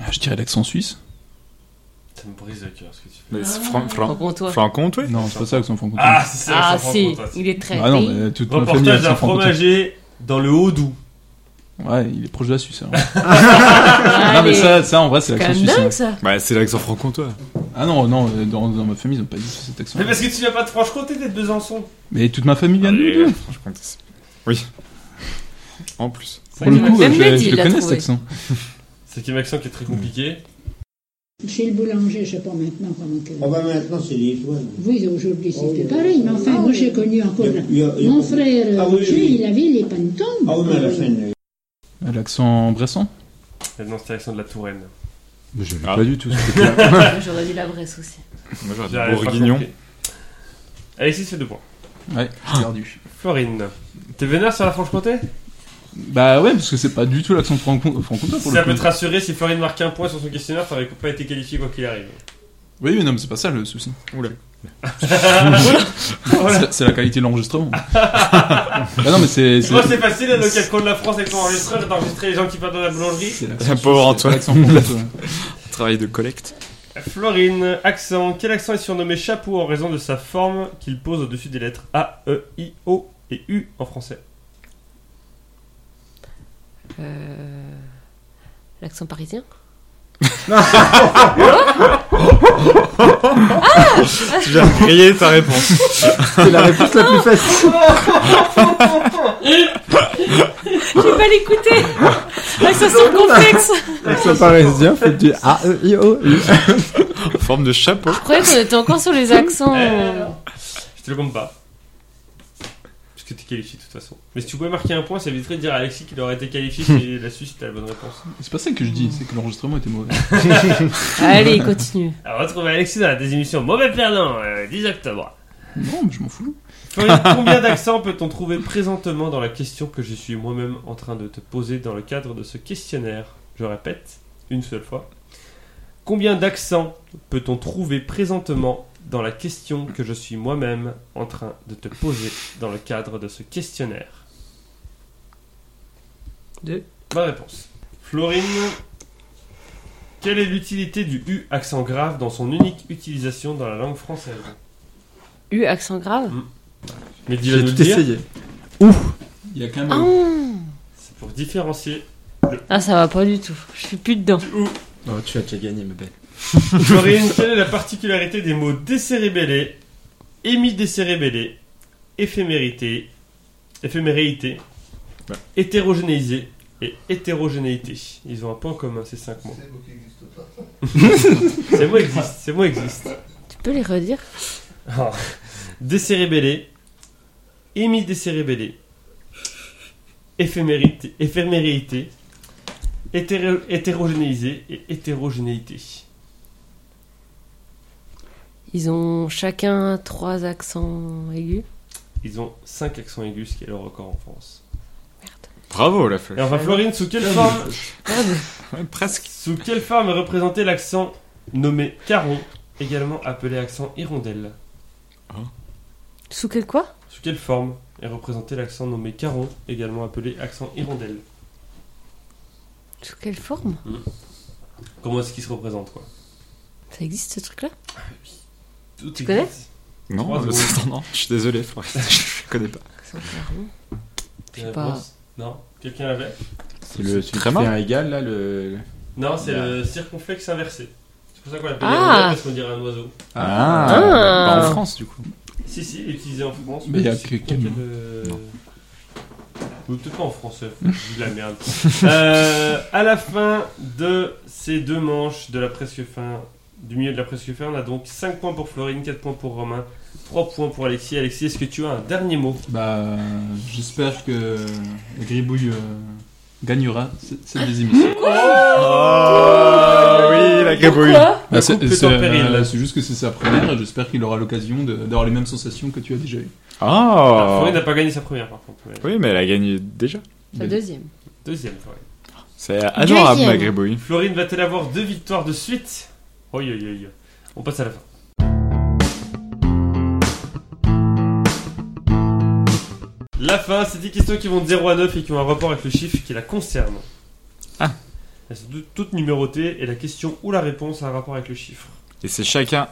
Speaker 3: Ah, Je dirais l'accent suisse.
Speaker 2: Ça me brise le cœur ce que tu fais.
Speaker 5: Mais c'est Fran- Fran-
Speaker 4: Franc-comtois.
Speaker 5: Franc-Comtois
Speaker 3: Non, c'est pas ça l'accent franco
Speaker 2: Ah, c'est ça,
Speaker 4: Ah
Speaker 2: l'accent
Speaker 4: si,
Speaker 2: franc-comtois.
Speaker 4: il est très.
Speaker 3: Ah non, mais toute ma famille a
Speaker 2: Reportage
Speaker 3: l'accent
Speaker 2: d'un
Speaker 3: franco
Speaker 2: fromager dans le Haut-Doubs.
Speaker 3: Ouais, il est proche de la Suisse. alors.
Speaker 4: Ah,
Speaker 3: non, mais
Speaker 4: allez.
Speaker 3: ça, ça en vrai, c'est
Speaker 4: C'est quand
Speaker 3: l'accent
Speaker 4: même
Speaker 3: suisse.
Speaker 4: dingue
Speaker 3: hein.
Speaker 4: ça.
Speaker 5: Bah, c'est l'accent franc-comtois.
Speaker 3: Ah non, non, euh, dans, dans ma famille, ils ont pas dit cet accent.
Speaker 2: Mais parce que tu viens pas de Franche-Comté, t'es de Besançon.
Speaker 3: Mais toute ma famille vient de
Speaker 5: Allez,
Speaker 3: nous. deux.
Speaker 5: Franche-Comté, c'est- Oui. En plus.
Speaker 3: Pour le
Speaker 4: que
Speaker 3: coup,
Speaker 4: même
Speaker 3: euh, je,
Speaker 4: Mehdi
Speaker 3: je le
Speaker 4: l'a
Speaker 3: connais cet
Speaker 4: trouvé.
Speaker 3: accent.
Speaker 2: C'est qui accent qui est très compliqué.
Speaker 10: Chez le boulanger, je ne sais pas maintenant comment que...
Speaker 9: On va maintenant, c'est les étoiles.
Speaker 10: Oui, aujourd'hui c'était
Speaker 9: Ah Oh, oui.
Speaker 10: pareil, mais enfin,
Speaker 9: Ah,
Speaker 10: moi
Speaker 9: oui.
Speaker 10: j'ai connu encore...
Speaker 9: Il y a- il y a- il y a-
Speaker 10: Mon frère,
Speaker 9: Ah, oui,
Speaker 10: Roger,
Speaker 9: oui.
Speaker 10: il avait les pantons.
Speaker 9: Ah oui, mais à la fin,
Speaker 3: Euh, L'accent bressan
Speaker 2: Et Non, c'était l'accent de la Touraine.
Speaker 6: Je l'ai
Speaker 5: Ah.
Speaker 6: pas du tout. c'était
Speaker 4: J'aurais dit la Bresse aussi.
Speaker 5: Moi, j'aurais dit
Speaker 2: J'arrive pas à
Speaker 5: Bourguignon.
Speaker 2: compter. Alexis fait deux points.
Speaker 3: Ouais, j'ai perdu.
Speaker 2: Florine, t'es vénère sur la Franche-Comté
Speaker 3: Bah ouais, parce que c'est pas du tout l'accent franco franco pour
Speaker 2: Si
Speaker 3: le
Speaker 2: ça
Speaker 3: coup.
Speaker 2: peut te rassurer, si Florine marque un point sur son questionnaire, t'aurais pas été qualifié quoi qu'il arrive.
Speaker 3: Oui, mais non, mais c'est pas ça le souci.
Speaker 2: Voilà.
Speaker 3: C'est- C'est la qualité de l'enregistrement. bah non, mais c'est.
Speaker 2: Tu vois, c'est facile, le capron de la France avec son enregistreur, d'enregistrer les gens qui partent dans la boulangerie.
Speaker 3: c'est
Speaker 5: Un
Speaker 3: l'accent
Speaker 5: pauvre
Speaker 3: suisse,
Speaker 5: Antoine.
Speaker 3: c'est pas l'accent franco-comtois.
Speaker 5: Travail de collecte.
Speaker 2: Florine, accent. Quel accent est surnommé chapeau en raison de sa forme qu'il pose au-dessus des lettres A, E, I, O et U en français
Speaker 4: Euh, L'accent parisien
Speaker 5: Tu viens de griller ta réponse.
Speaker 6: C'est la réponse la plus facile.
Speaker 4: Je vais pas l'écouter L'accent sur Ah, le complexe
Speaker 6: Ça paraît bien, faites du A, E, I, O. U.
Speaker 5: En forme de chapeau.
Speaker 4: Je croyais qu'on était encore sur les
Speaker 3: Eh.
Speaker 4: accents. euh,
Speaker 2: Je te le compte pas. Parce que t'es qualifié de toute façon. Mais si tu pouvais marquer un point, ça éviterait de dire à Alexis qu'il aurait été qualifié si la Suisse était la bonne réponse.
Speaker 3: C'est pas ça que je dis, c'est que l'enregistrement était mauvais.
Speaker 4: Allez, continue.
Speaker 2: Alors, retrouvez Alexis dans la désémission Mauvais Perdant, euh, 10 octobre.
Speaker 3: Non, mais je m'en fous.
Speaker 2: Florine, combien d'accents peut-on trouver présentement dans la question que je suis moi-même en train de te poser dans le cadre de ce questionnaire Je répète, une seule fois. Combien d'accents peut-on trouver présentement dans la question que je suis moi-même en train de te poser dans le cadre de ce questionnaire
Speaker 4: Deux.
Speaker 2: Ma réponse. Florine, quelle est l'utilité du U accent grave dans son unique utilisation dans la langue française
Speaker 4: U, accent grave
Speaker 2: Mais dis-le
Speaker 6: J'ai
Speaker 2: nous le
Speaker 6: tout
Speaker 2: dire.
Speaker 6: essayé.
Speaker 3: Il y a quand même.
Speaker 4: Ah.
Speaker 2: C'est pour différencier.
Speaker 4: Ah, ça va pas du tout. Je suis plus dedans.
Speaker 6: Oh, tu as déjà gagné, ma belle.
Speaker 2: Florine, quelle est la particularité des mots décérébellé, hémidécérébellé, éphémérité, éphéméréité,
Speaker 5: Ouais.
Speaker 2: hétérogénéisé et hétérogénéité Ils ont un point commun, ces cinq mots. Ces mots existent Ces mots existent.
Speaker 4: Tu peux les redire
Speaker 2: Alors, décérébellé, hémidécérébellé, éphémérité, éphémérité, hétéro- hétérogénéisé et hétérogénéité.
Speaker 4: Ils ont chacun trois accents aigus.
Speaker 2: Ils ont 5 accents aigus, ce qui est le record en France.
Speaker 5: Bravo, la
Speaker 2: Et
Speaker 5: flèche.
Speaker 2: enfin, Florine, sous quelle forme,
Speaker 4: Merde.
Speaker 5: Ouais, presque.
Speaker 2: sous quelle forme est représenté l'accent nommé caron, également appelé accent hirondelle
Speaker 4: Sous quel quoi
Speaker 2: Sous quelle forme est représenté l'accent nommé caron, également appelé accent hirondelle
Speaker 4: Sous quelle forme
Speaker 2: Comment est-ce qu'il se représente, quoi
Speaker 4: Ça existe ce truc-là
Speaker 2: Tout
Speaker 4: Tu
Speaker 2: existe.
Speaker 4: connais
Speaker 5: Non,
Speaker 2: Trois
Speaker 5: euh,
Speaker 2: secondes.
Speaker 5: attends, non, je suis désolé, Florent. Je connais pas.
Speaker 4: Accent caron.
Speaker 2: T'as
Speaker 4: Je sais
Speaker 2: la
Speaker 4: pas.
Speaker 2: réponse Non Quelqu'un l'avait
Speaker 6: C'est le celui
Speaker 5: Très
Speaker 6: qui
Speaker 5: mal.
Speaker 6: fait un égal, là, le.
Speaker 2: Non, c'est
Speaker 6: Non.
Speaker 2: le circonflexe inversé. C'est pour ça qu'on l'appelle
Speaker 4: Ah.
Speaker 2: hirondelle, parce qu'on dirait un oiseau.
Speaker 6: Ah.
Speaker 4: Ah.
Speaker 5: Bah, en France, du coup.
Speaker 2: Si, si, il est utilisé en France.
Speaker 3: Mais il y a
Speaker 2: c'est
Speaker 3: que-
Speaker 2: dans
Speaker 3: quel
Speaker 2: quel, euh, ou Peut-être pas en français, je dis de la merde. Euh, à la fin de ces deux manches de la presque fin, du milieu de la presque fin, on a donc 5 points pour Florine, 4 points pour Romain, 3 points pour Alexis. Alexis, est-ce que tu as un dernier mot
Speaker 3: Bah, j'espère que la gribouille euh, gagnera c- cette des émissions.
Speaker 6: Ah oui, la gribouille.
Speaker 4: Pourquoi
Speaker 3: Bah, c'est
Speaker 2: couple est
Speaker 3: c'est,
Speaker 2: en péril.
Speaker 3: euh, c'est juste que c'est sa première et j'espère qu'il aura l'occasion de- d'avoir les mêmes sensations que tu as déjà eues.
Speaker 2: Alors,
Speaker 6: Ah
Speaker 2: Florine n'a pas gagné sa première, par contre. mais-
Speaker 5: Oui, mais elle a gagné déjà.
Speaker 4: La deuxième.
Speaker 2: Deuxième, Florine.
Speaker 5: C'est adorable,
Speaker 4: Deuxième.
Speaker 5: la gribouille.
Speaker 2: Florine va-t-elle avoir deux victoires de suite Oi, oi, oi, oi. On passe à la fin. La fin, c'est des questions qui vont de 0 à 9 et qui ont un rapport avec le chiffre qui la concerne.
Speaker 5: Ah.
Speaker 2: Elles sont toutes- toutes numérotées et la question ou la réponse a un rapport avec le chiffre.
Speaker 5: Et c'est chacun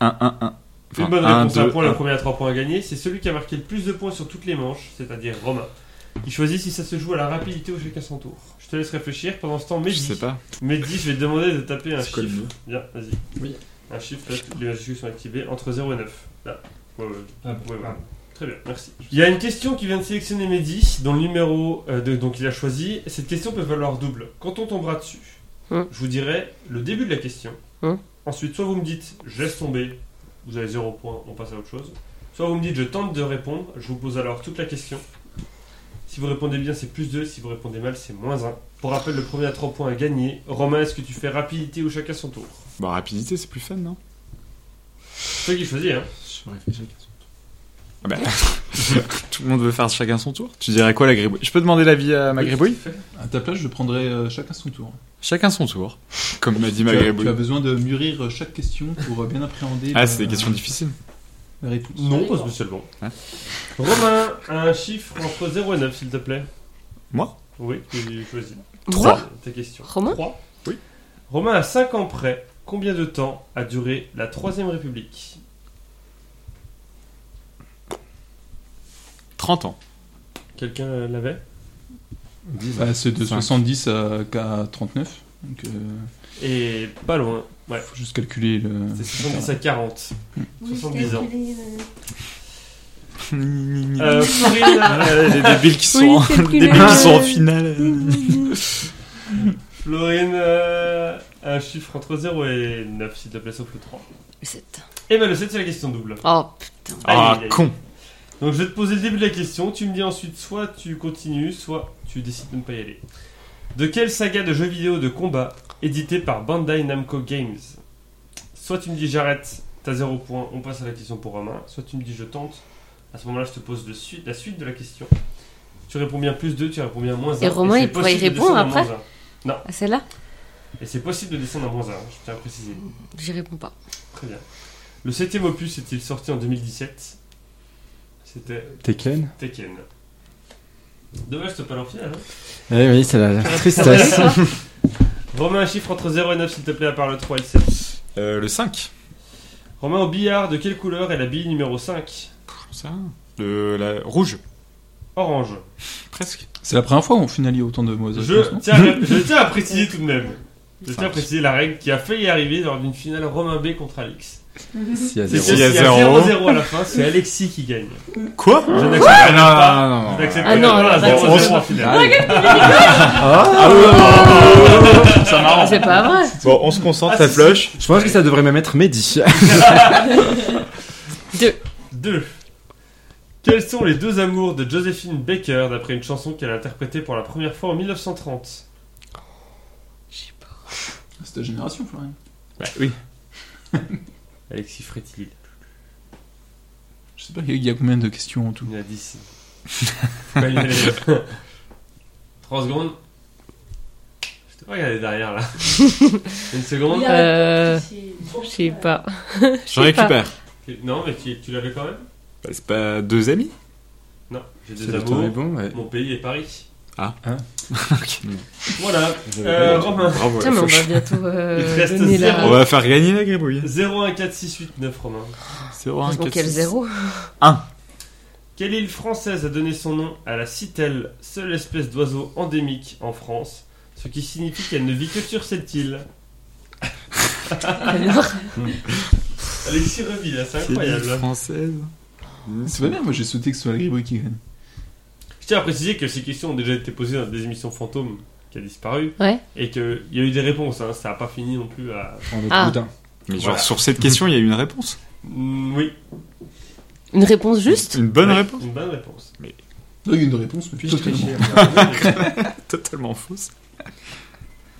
Speaker 5: 1, 1, 1.
Speaker 2: Une bonne réponse à un point, la première à 3 points à gagner. C'est celui qui a marqué le plus de points sur toutes les manches, c'est-à-dire Romain. Il choisit si ça se joue à la rapidité ou chacun son tour. Je te laisse réfléchir. Pendant ce temps,
Speaker 5: Je
Speaker 2: Mehdi,
Speaker 5: sais pas.
Speaker 2: Mehdi, je vais te demander de taper un
Speaker 5: C'est quoi le
Speaker 2: chiffre.
Speaker 5: mot
Speaker 2: Bien, vas-y.
Speaker 6: Oui.
Speaker 2: Un chiffre, là, toutes les majuscules sont activées entre 0 et 9. Là. Ouais, ouais. Ouais, ouais. Très bien, merci. Il y a une question qui vient de sélectionner Mehdi, dont le numéro euh, de- donc il a choisi. Cette question peut valoir double. Quand on tombera dessus,
Speaker 4: Hmm.
Speaker 2: je vous dirai le début de la question.
Speaker 4: Hmm.
Speaker 2: Ensuite, soit vous me dites je laisse tomber, vous avez 0 point, on passe à autre chose. Soit vous me dites je tente de répondre, je vous pose alors toute la question. Si vous répondez bien, c'est plus 2. Si vous répondez mal, c'est moins 1. Pour rappel, le premier à 3 points à gagner. Romain, est-ce que tu fais rapidité ou chacun son tour
Speaker 5: Bah, rapidité, c'est plus fun, non
Speaker 2: C'est toi qui choisis, hein
Speaker 5: ah bah, Tout le monde veut faire chacun son tour. Tu dirais quoi, la gribouille Je peux demander l'avis à ma
Speaker 2: Oui,
Speaker 5: gribouille
Speaker 2: tout à fait.
Speaker 3: À ta place, je prendrai euh, chacun son tour.
Speaker 5: Chacun son tour. Comme m'a dit
Speaker 3: Tu
Speaker 5: ma
Speaker 3: as, tu as
Speaker 5: gribouille.
Speaker 3: besoin de mûrir euh, chaque question pour euh, bien appréhender
Speaker 5: Ah,
Speaker 3: la-
Speaker 5: c'est des questions difficiles.
Speaker 3: la réponse.
Speaker 2: Non, pas spécialement.
Speaker 5: Hein
Speaker 2: Romain, un chiffre entre 0 et 9, s'il te plaît.
Speaker 5: Moi
Speaker 2: Oui, tu choisis.
Speaker 5: Trois.
Speaker 2: C'est Ta question.
Speaker 4: Romain
Speaker 2: 3
Speaker 5: Oui.
Speaker 2: Romain, à 5 ans près, combien de temps a duré la 3ème République
Speaker 5: 30 ans.
Speaker 2: Quelqu'un euh, l'avait
Speaker 3: Bah, c'est de
Speaker 5: Cinq.
Speaker 3: 70 à, à 39. Donc, euh,
Speaker 2: Et pas loin. Ouais.
Speaker 3: faut juste calculer le.
Speaker 2: C'est 70 à 40. 70 ans.
Speaker 5: Euh,
Speaker 2: Euh, Florine, euh,
Speaker 5: Les débiles qui sont,
Speaker 4: Oui, calculer
Speaker 5: les débiles qui sont en
Speaker 4: le-
Speaker 5: finale.
Speaker 2: Florine, euh, un chiffre entre 0 et 9, s'il te plaît, sauf le 3.
Speaker 4: Sept.
Speaker 2: Et ben le 7, c'est la question double.
Speaker 4: Oh,
Speaker 5: Ah,
Speaker 2: Aïe, aïe, aïe.
Speaker 5: con.
Speaker 2: Donc je vais te poser le début de la question, tu me dis ensuite soit tu continues, soit tu décides de ne pas y aller. De quelle saga de jeux vidéo de combat édité par Bandai Namco Games Soit tu me dis j'arrête, t'as 0 point, on passe à la question pour Romain, soit tu me dis je tente, à ce moment-là je te pose le su- la suite de la question. Tu réponds bien plus 2, tu réponds bien moins 1.
Speaker 4: Et Romain, il pourrait y répondre après ah, celle-là
Speaker 2: Et c'est possible de descendre à moins 1, je tiens à préciser.
Speaker 4: J'y réponds pas.
Speaker 2: Très bien. Le septième opus est-il sorti en 2017 C'était
Speaker 6: Tekken
Speaker 2: Tekken. Dommage, t'as pas leur finale. hein.
Speaker 6: Eh oui, c'est la tristesse.
Speaker 2: Romain, un chiffre entre 0 et 9, s'il te plaît, à part le 3 et le 7.
Speaker 5: Euh, le 5.
Speaker 2: Romain, au billard, de quelle couleur est la bille numéro 5
Speaker 5: Ça, le la, rouge,
Speaker 2: Orange.
Speaker 5: presque.
Speaker 3: C'est la première fois où on finalise autant de mauvaises réponses,
Speaker 2: Je
Speaker 3: non
Speaker 2: tiens, à- je tiens à préciser tout de même. Je tiens à
Speaker 5: Cinq.
Speaker 2: préciser la règle qui a failli arriver lors d'une finale Romain B contre Alix.
Speaker 6: S'il y a
Speaker 2: C'est que
Speaker 6: zéro.
Speaker 2: s'il y a
Speaker 5: Zéro.
Speaker 2: 0-0 à la fin, c'est Alexis qui gagne.
Speaker 5: Quoi
Speaker 2: Je n'accepte
Speaker 5: Ah
Speaker 2: pas.
Speaker 5: non, non, non,
Speaker 2: Je n'accepte
Speaker 4: Ah non,
Speaker 2: pas.
Speaker 4: alors,
Speaker 2: Voilà,
Speaker 5: on
Speaker 2: 0-0 en finale.
Speaker 4: C'est pas vrai
Speaker 5: Bon, on se concentre,
Speaker 2: Ah,
Speaker 5: ça
Speaker 2: si,
Speaker 5: floche.
Speaker 6: Je pense que ça devrait même être Mehdi.
Speaker 2: 2. Quels sont les deux amours de Josephine Baker d'après une chanson qu'elle a interprétée pour la première fois en 1930
Speaker 3: C'est ta génération, Florian.
Speaker 6: Bah
Speaker 5: oui.
Speaker 2: Alexis Frétil,
Speaker 3: Je sais pas, il y a- il y a combien de questions en tout
Speaker 2: il y en a 10. Pas une élève. 3 secondes. Je t'ai pas regardé derrière là. Une seconde.
Speaker 4: Euh. Je sais pas.
Speaker 5: Je récupère.
Speaker 2: Non, mais tu, tu l'avais quand même
Speaker 5: Bah, c'est pas deux amis
Speaker 2: Non, j'ai
Speaker 6: C'est
Speaker 2: deux
Speaker 6: le temps est
Speaker 2: amours.
Speaker 6: bon, ouais.
Speaker 2: Mon pays est Paris.
Speaker 5: Ok.
Speaker 2: Voilà.
Speaker 6: Ah. Je l'avais
Speaker 2: Euh,
Speaker 6: pas dit.
Speaker 2: Romain.
Speaker 5: Bravo,
Speaker 4: Putain,
Speaker 5: la
Speaker 4: mais on
Speaker 5: floche.
Speaker 4: va bientôt
Speaker 2: Il te
Speaker 4: euh,
Speaker 2: reste
Speaker 4: donner
Speaker 2: zéro.
Speaker 4: la.
Speaker 5: On va faire gagner la gribouille.
Speaker 2: 0, 1, 4, 6, 8, 9, Romain.
Speaker 4: Heureusement qu'il y a le zéro.
Speaker 2: Quelle île française a donné son nom à la citelle, seule espèce d'oiseau endémique en France, ce qui signifie qu'elle ne vit que sur cette île
Speaker 4: Alors,
Speaker 2: Alexis revit là, c'est
Speaker 5: C'est une
Speaker 2: incroyable. hein.
Speaker 5: française. Mmh,
Speaker 3: C'est pas bien, moi j'ai sauté que ce soit la gribouille qui gagne.
Speaker 2: Je tiens à préciser que ces questions ont déjà été posées dans des émissions fantômes qui a disparu
Speaker 4: ouais.
Speaker 2: et qu'il y a eu des réponses, hein, ça n'a pas fini non plus à.
Speaker 6: On est
Speaker 4: Ah.
Speaker 6: prudent.
Speaker 5: Mais genre,
Speaker 2: Voilà.
Speaker 5: sur cette question, il y a eu une réponse.
Speaker 2: mm, oui.
Speaker 4: Une réponse juste
Speaker 5: Une bonne
Speaker 2: Ouais,
Speaker 5: réponse
Speaker 2: Une bonne réponse.
Speaker 5: Mais
Speaker 6: Non, il y a une réponse, mais
Speaker 5: puis
Speaker 6: totalement.
Speaker 5: totalement fausse.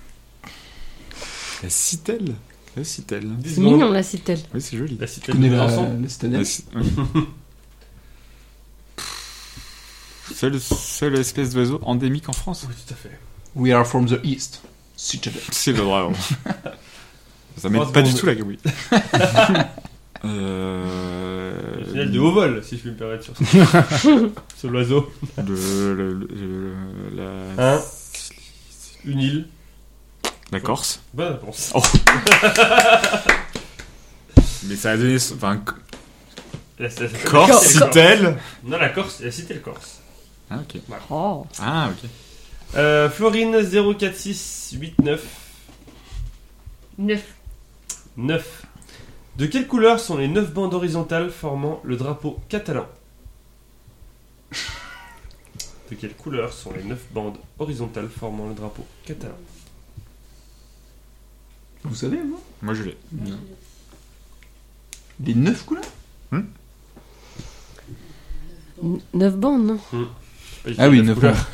Speaker 5: La citelle La citelle.
Speaker 4: C'est mignon la citelle.
Speaker 5: Oui, c'est joli.
Speaker 2: La cité
Speaker 6: Tu
Speaker 2: de
Speaker 6: connais la,
Speaker 2: Besançon.
Speaker 6: la citadelle
Speaker 5: La ci- ouais. Seule, seule espèce d'oiseau endémique en France.
Speaker 2: Oui, tout à fait.
Speaker 3: We are from the East. Citadel.
Speaker 5: C'est le dragon. Ça
Speaker 2: Trois
Speaker 5: m'aide pas du
Speaker 2: secondes.
Speaker 5: tout la gabouille. euh...
Speaker 2: Le signal de haut vol, si je puis me permettre, sur ce, sur l'oiseau.
Speaker 5: le- le- le- le- la...
Speaker 2: Hein Une île.
Speaker 5: la Corse.
Speaker 2: Bonne réponse.
Speaker 5: Mais ça a donné. son- Enfin, c-
Speaker 2: La, la- la- la-
Speaker 5: Corse,
Speaker 2: la-
Speaker 5: citelle.
Speaker 2: Non, la Corse, la cité de Corse.
Speaker 5: Ah, ok.
Speaker 4: Oh.
Speaker 5: Ah, ok.
Speaker 2: Euh, Florine 04689
Speaker 4: Neuf.
Speaker 2: 9. De quelle couleur sont les 9 bandes horizontales formant le drapeau catalan De quelle couleur sont les 9 bandes horizontales formant le drapeau catalan
Speaker 3: Vous savez, vous
Speaker 5: Moi, je l'ai.
Speaker 3: Les neuf couleurs
Speaker 4: Neuf bandes, non
Speaker 3: Ah oui, neuf
Speaker 2: couleurs.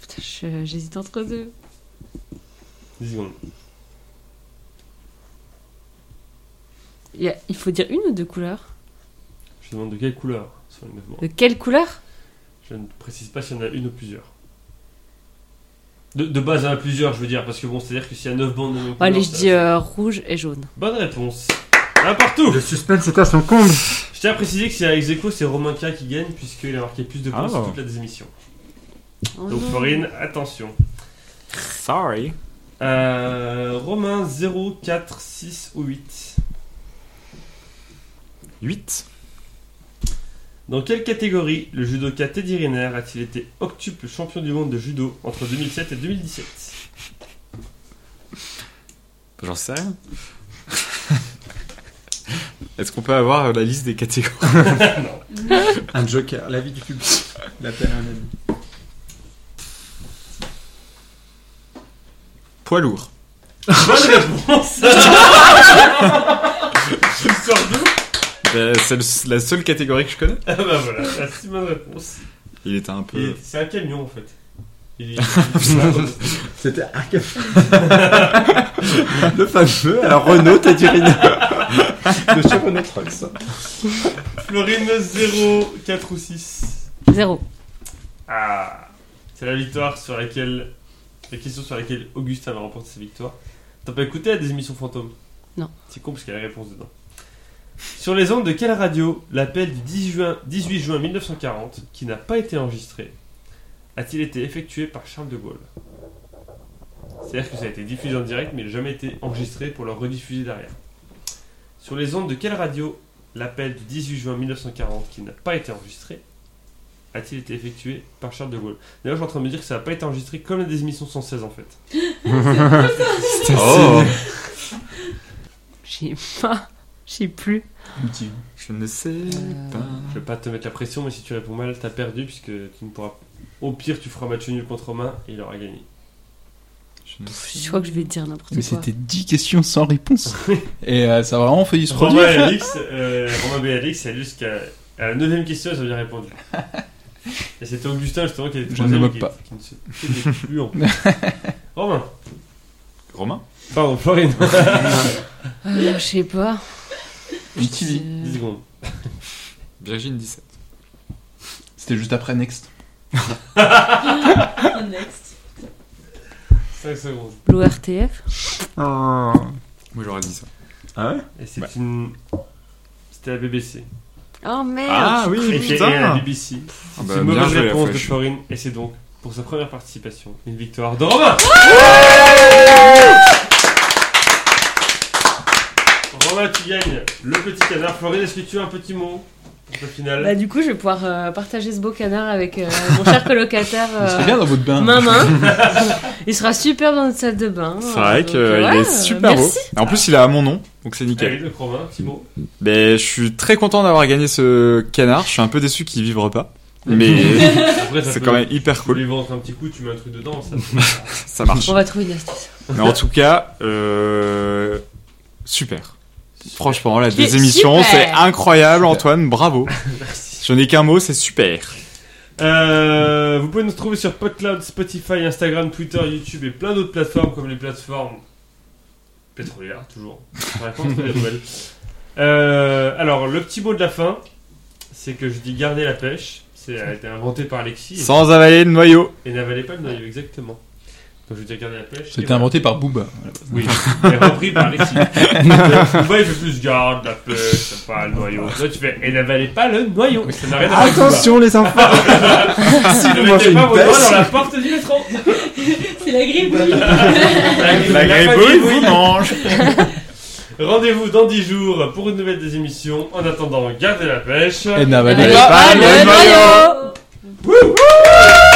Speaker 4: Putain, je- j'hésite entre deux.
Speaker 2: 10 secondes.
Speaker 4: Il y a- il faut dire une ou deux couleurs
Speaker 2: Je te demande de quelle couleur sont les 9 bandes.
Speaker 4: De quelle couleur
Speaker 2: Je ne précise pas s'il y en a une ou plusieurs. De, de base, il y en a plusieurs, je veux dire, parce que bon, c'est-à-dire que s'il y a 9 bandes de même couleur,
Speaker 4: Allez, je
Speaker 2: ça-
Speaker 4: dis euh, rouge et jaune.
Speaker 2: Bonne réponse. Un partout
Speaker 6: Le suspense est à son comble.
Speaker 2: Je tiens à préciser que si à ex aequo, c'est Romain K qui gagne, puisqu'il a marqué plus de points
Speaker 5: Ah.
Speaker 2: sur toute la démission.
Speaker 4: Oh
Speaker 2: Donc
Speaker 4: non.
Speaker 2: Florine, attention.
Speaker 5: Sorry.
Speaker 2: Euh, Romain 0, 4, 6 ou 8.
Speaker 5: 8.
Speaker 2: Dans quelle catégorie le judoka Teddy Riner a-t-il été octuple champion du monde de judo entre 2007 et 2017
Speaker 5: J'en sais rien. Est-ce qu'on peut avoir euh, la liste des catégories
Speaker 6: Un joker, l'avis du public. L'appel à un ami.
Speaker 5: Poids lourd.
Speaker 2: Bonne réponse Tu sors d'où
Speaker 5: Euh, c'est le- la seule catégorie que je connais.
Speaker 2: Ah bah voilà, la si bonne réponse.
Speaker 5: Il était un
Speaker 2: Il
Speaker 5: peu. Oh
Speaker 2: est- C'est un camion en fait. Il est-
Speaker 6: C'était un café. le fameux, alors Renault, t'as dit Rina. De chez Renault Trucks.
Speaker 2: Florine 0, 4 ou 6
Speaker 4: Zéro.
Speaker 2: Ah, c'est la victoire sur laquelle. La question sur laquelle Augustin va remporter sa victoire. T'as pas écouté la des émissions fantômes
Speaker 4: Non.
Speaker 2: C'est con parce qu'il y a la réponse dedans. Sur les ondes de quelle radio l'appel du 10 juin, 18 juin 1940, qui n'a pas été enregistré, a-t-il été effectué par Charles de Gaulle C'est-à-dire que ça a été diffusé en direct, mais il n'a jamais été enregistré pour le rediffuser derrière. Sur les ondes de quelle radio l'appel du 18 juin 1940, qui n'a pas été enregistré, a-t-il été effectué par Charles de Gaulle D'ailleurs, je suis en train de me dire que ça n'a pas été enregistré comme la des émissions 116 en fait.
Speaker 5: Oh
Speaker 4: J'ai pas. J'ai plus.
Speaker 5: Je ne sais
Speaker 2: Euh.
Speaker 5: pas.
Speaker 2: Je vais pas te mettre la pression, mais si tu réponds mal, t'as perdu puisque tu ne pourras. Au pire, tu feras match nul contre Romain et il aura gagné.
Speaker 5: Je ne sais-
Speaker 4: Je crois que je vais dire n'importe
Speaker 3: Mais
Speaker 4: quoi.
Speaker 3: c'était 10 questions sans réponse. Et euh, ça a vraiment failli se
Speaker 2: Romain et
Speaker 3: produire.
Speaker 2: Alix, euh, Romain et Alix, elle est jusqu'à à la 9 question, ils ont bien répondu. Et c'était Augustin justement qui était
Speaker 3: Je ne me
Speaker 2: troisième
Speaker 3: moque
Speaker 2: qui,
Speaker 3: pas.
Speaker 2: qui ne se tenait plus en Romain,
Speaker 5: Romain
Speaker 2: pardon, Florine,
Speaker 4: Euh, je sais pas.
Speaker 3: Une TV.
Speaker 4: Euh,
Speaker 2: 10 secondes.
Speaker 5: Virgin 17.
Speaker 3: C'était juste après Next.
Speaker 11: Next.
Speaker 2: 5 secondes.
Speaker 4: Euh, Blue RTF
Speaker 6: Ah,
Speaker 5: Moi j'aurais dit ça.
Speaker 2: Et
Speaker 3: Bah.
Speaker 2: c'est une. C'était la BBC.
Speaker 4: Oh merde
Speaker 5: Ah oui,
Speaker 2: Et qui est la
Speaker 5: putain
Speaker 2: BBC.
Speaker 5: Ah
Speaker 2: C'est
Speaker 5: bah,
Speaker 2: une
Speaker 5: bien
Speaker 2: mauvaise
Speaker 5: joué, la
Speaker 2: réponse de
Speaker 5: flèche.
Speaker 2: Florine, et c'est donc pour sa première participation une victoire de Romain. Romain, tu gagnes le petit canard. Florine, est-ce que tu as un petit mot pour le final
Speaker 4: Bah, du coup, je vais pouvoir euh, partager ce beau canard avec euh, mon cher colocataire.
Speaker 3: Il serait
Speaker 4: euh,
Speaker 3: bien dans votre bain.
Speaker 5: hein.
Speaker 4: Maman. il sera super dans notre salle de bain.
Speaker 5: C'est
Speaker 4: Euh,
Speaker 5: vrai
Speaker 4: donc,
Speaker 5: qu'il
Speaker 4: ouais, euh,
Speaker 5: est super beau.
Speaker 4: merci.
Speaker 2: Ah.
Speaker 5: En plus, il a mon nom, donc c'est nickel.
Speaker 2: Allez, donc Romain, un petit mot.
Speaker 5: Mais je suis très content d'avoir gagné ce canard. Je suis un peu déçu qu'il vibre pas. Mais
Speaker 2: Après, ça
Speaker 5: c'est
Speaker 2: peut-
Speaker 5: quand même hyper
Speaker 2: Tu lui
Speaker 5: cool.
Speaker 2: vendre un petit coup, tu mets un truc dedans. Ça...
Speaker 5: Ça marche.
Speaker 4: On va trouver une astuce.
Speaker 5: Mais en tout cas, euh, super. Franchement, la
Speaker 4: Qui est
Speaker 5: deux émissions,
Speaker 4: super.
Speaker 5: c'est incroyable, Antoine, bravo. Je n'ai qu'un mot, c'est super.
Speaker 2: Euh, vous pouvez nous trouver sur PodCloud, Spotify, Instagram, Twitter, YouTube et plein d'autres plateformes comme les plateformes pétrolières, toujours. On raconte des nouvelles. Euh, alors, le petit mot de la fin, c'est que je dis garder la pêche. C'est a été inventé par Alexis. Et-
Speaker 5: Sans avaler le noyau.
Speaker 2: Et n'avalez pas le noyau, exactement. Donc je dis garder la pêche.
Speaker 3: C'était
Speaker 2: et voilà.
Speaker 3: inventé par Booba.
Speaker 2: Oui, et repris par Alexis. Euh, Booba, il fait plus garde la pêche, c'est pas le noyau. Là, tu fais et n'avalez pas le noyau. Ça n'a rien à voir avec Booba.
Speaker 6: Attention les enfants Si
Speaker 2: Ne
Speaker 6: vous
Speaker 2: mettez
Speaker 6: mangez
Speaker 2: pas
Speaker 6: une
Speaker 2: vos doigts dans la
Speaker 6: pêche,
Speaker 2: porte du métro.
Speaker 4: C'est la gribouille.
Speaker 2: La
Speaker 5: La gribouille vous mange.
Speaker 2: Rendez-vous dans 10 jours pour une nouvelle des émissions. En
Speaker 3: Bah,
Speaker 4: bah,
Speaker 2: attendant, gardez la pêche.
Speaker 3: Et n'avalez
Speaker 5: pas le noyau.
Speaker 4: noyau.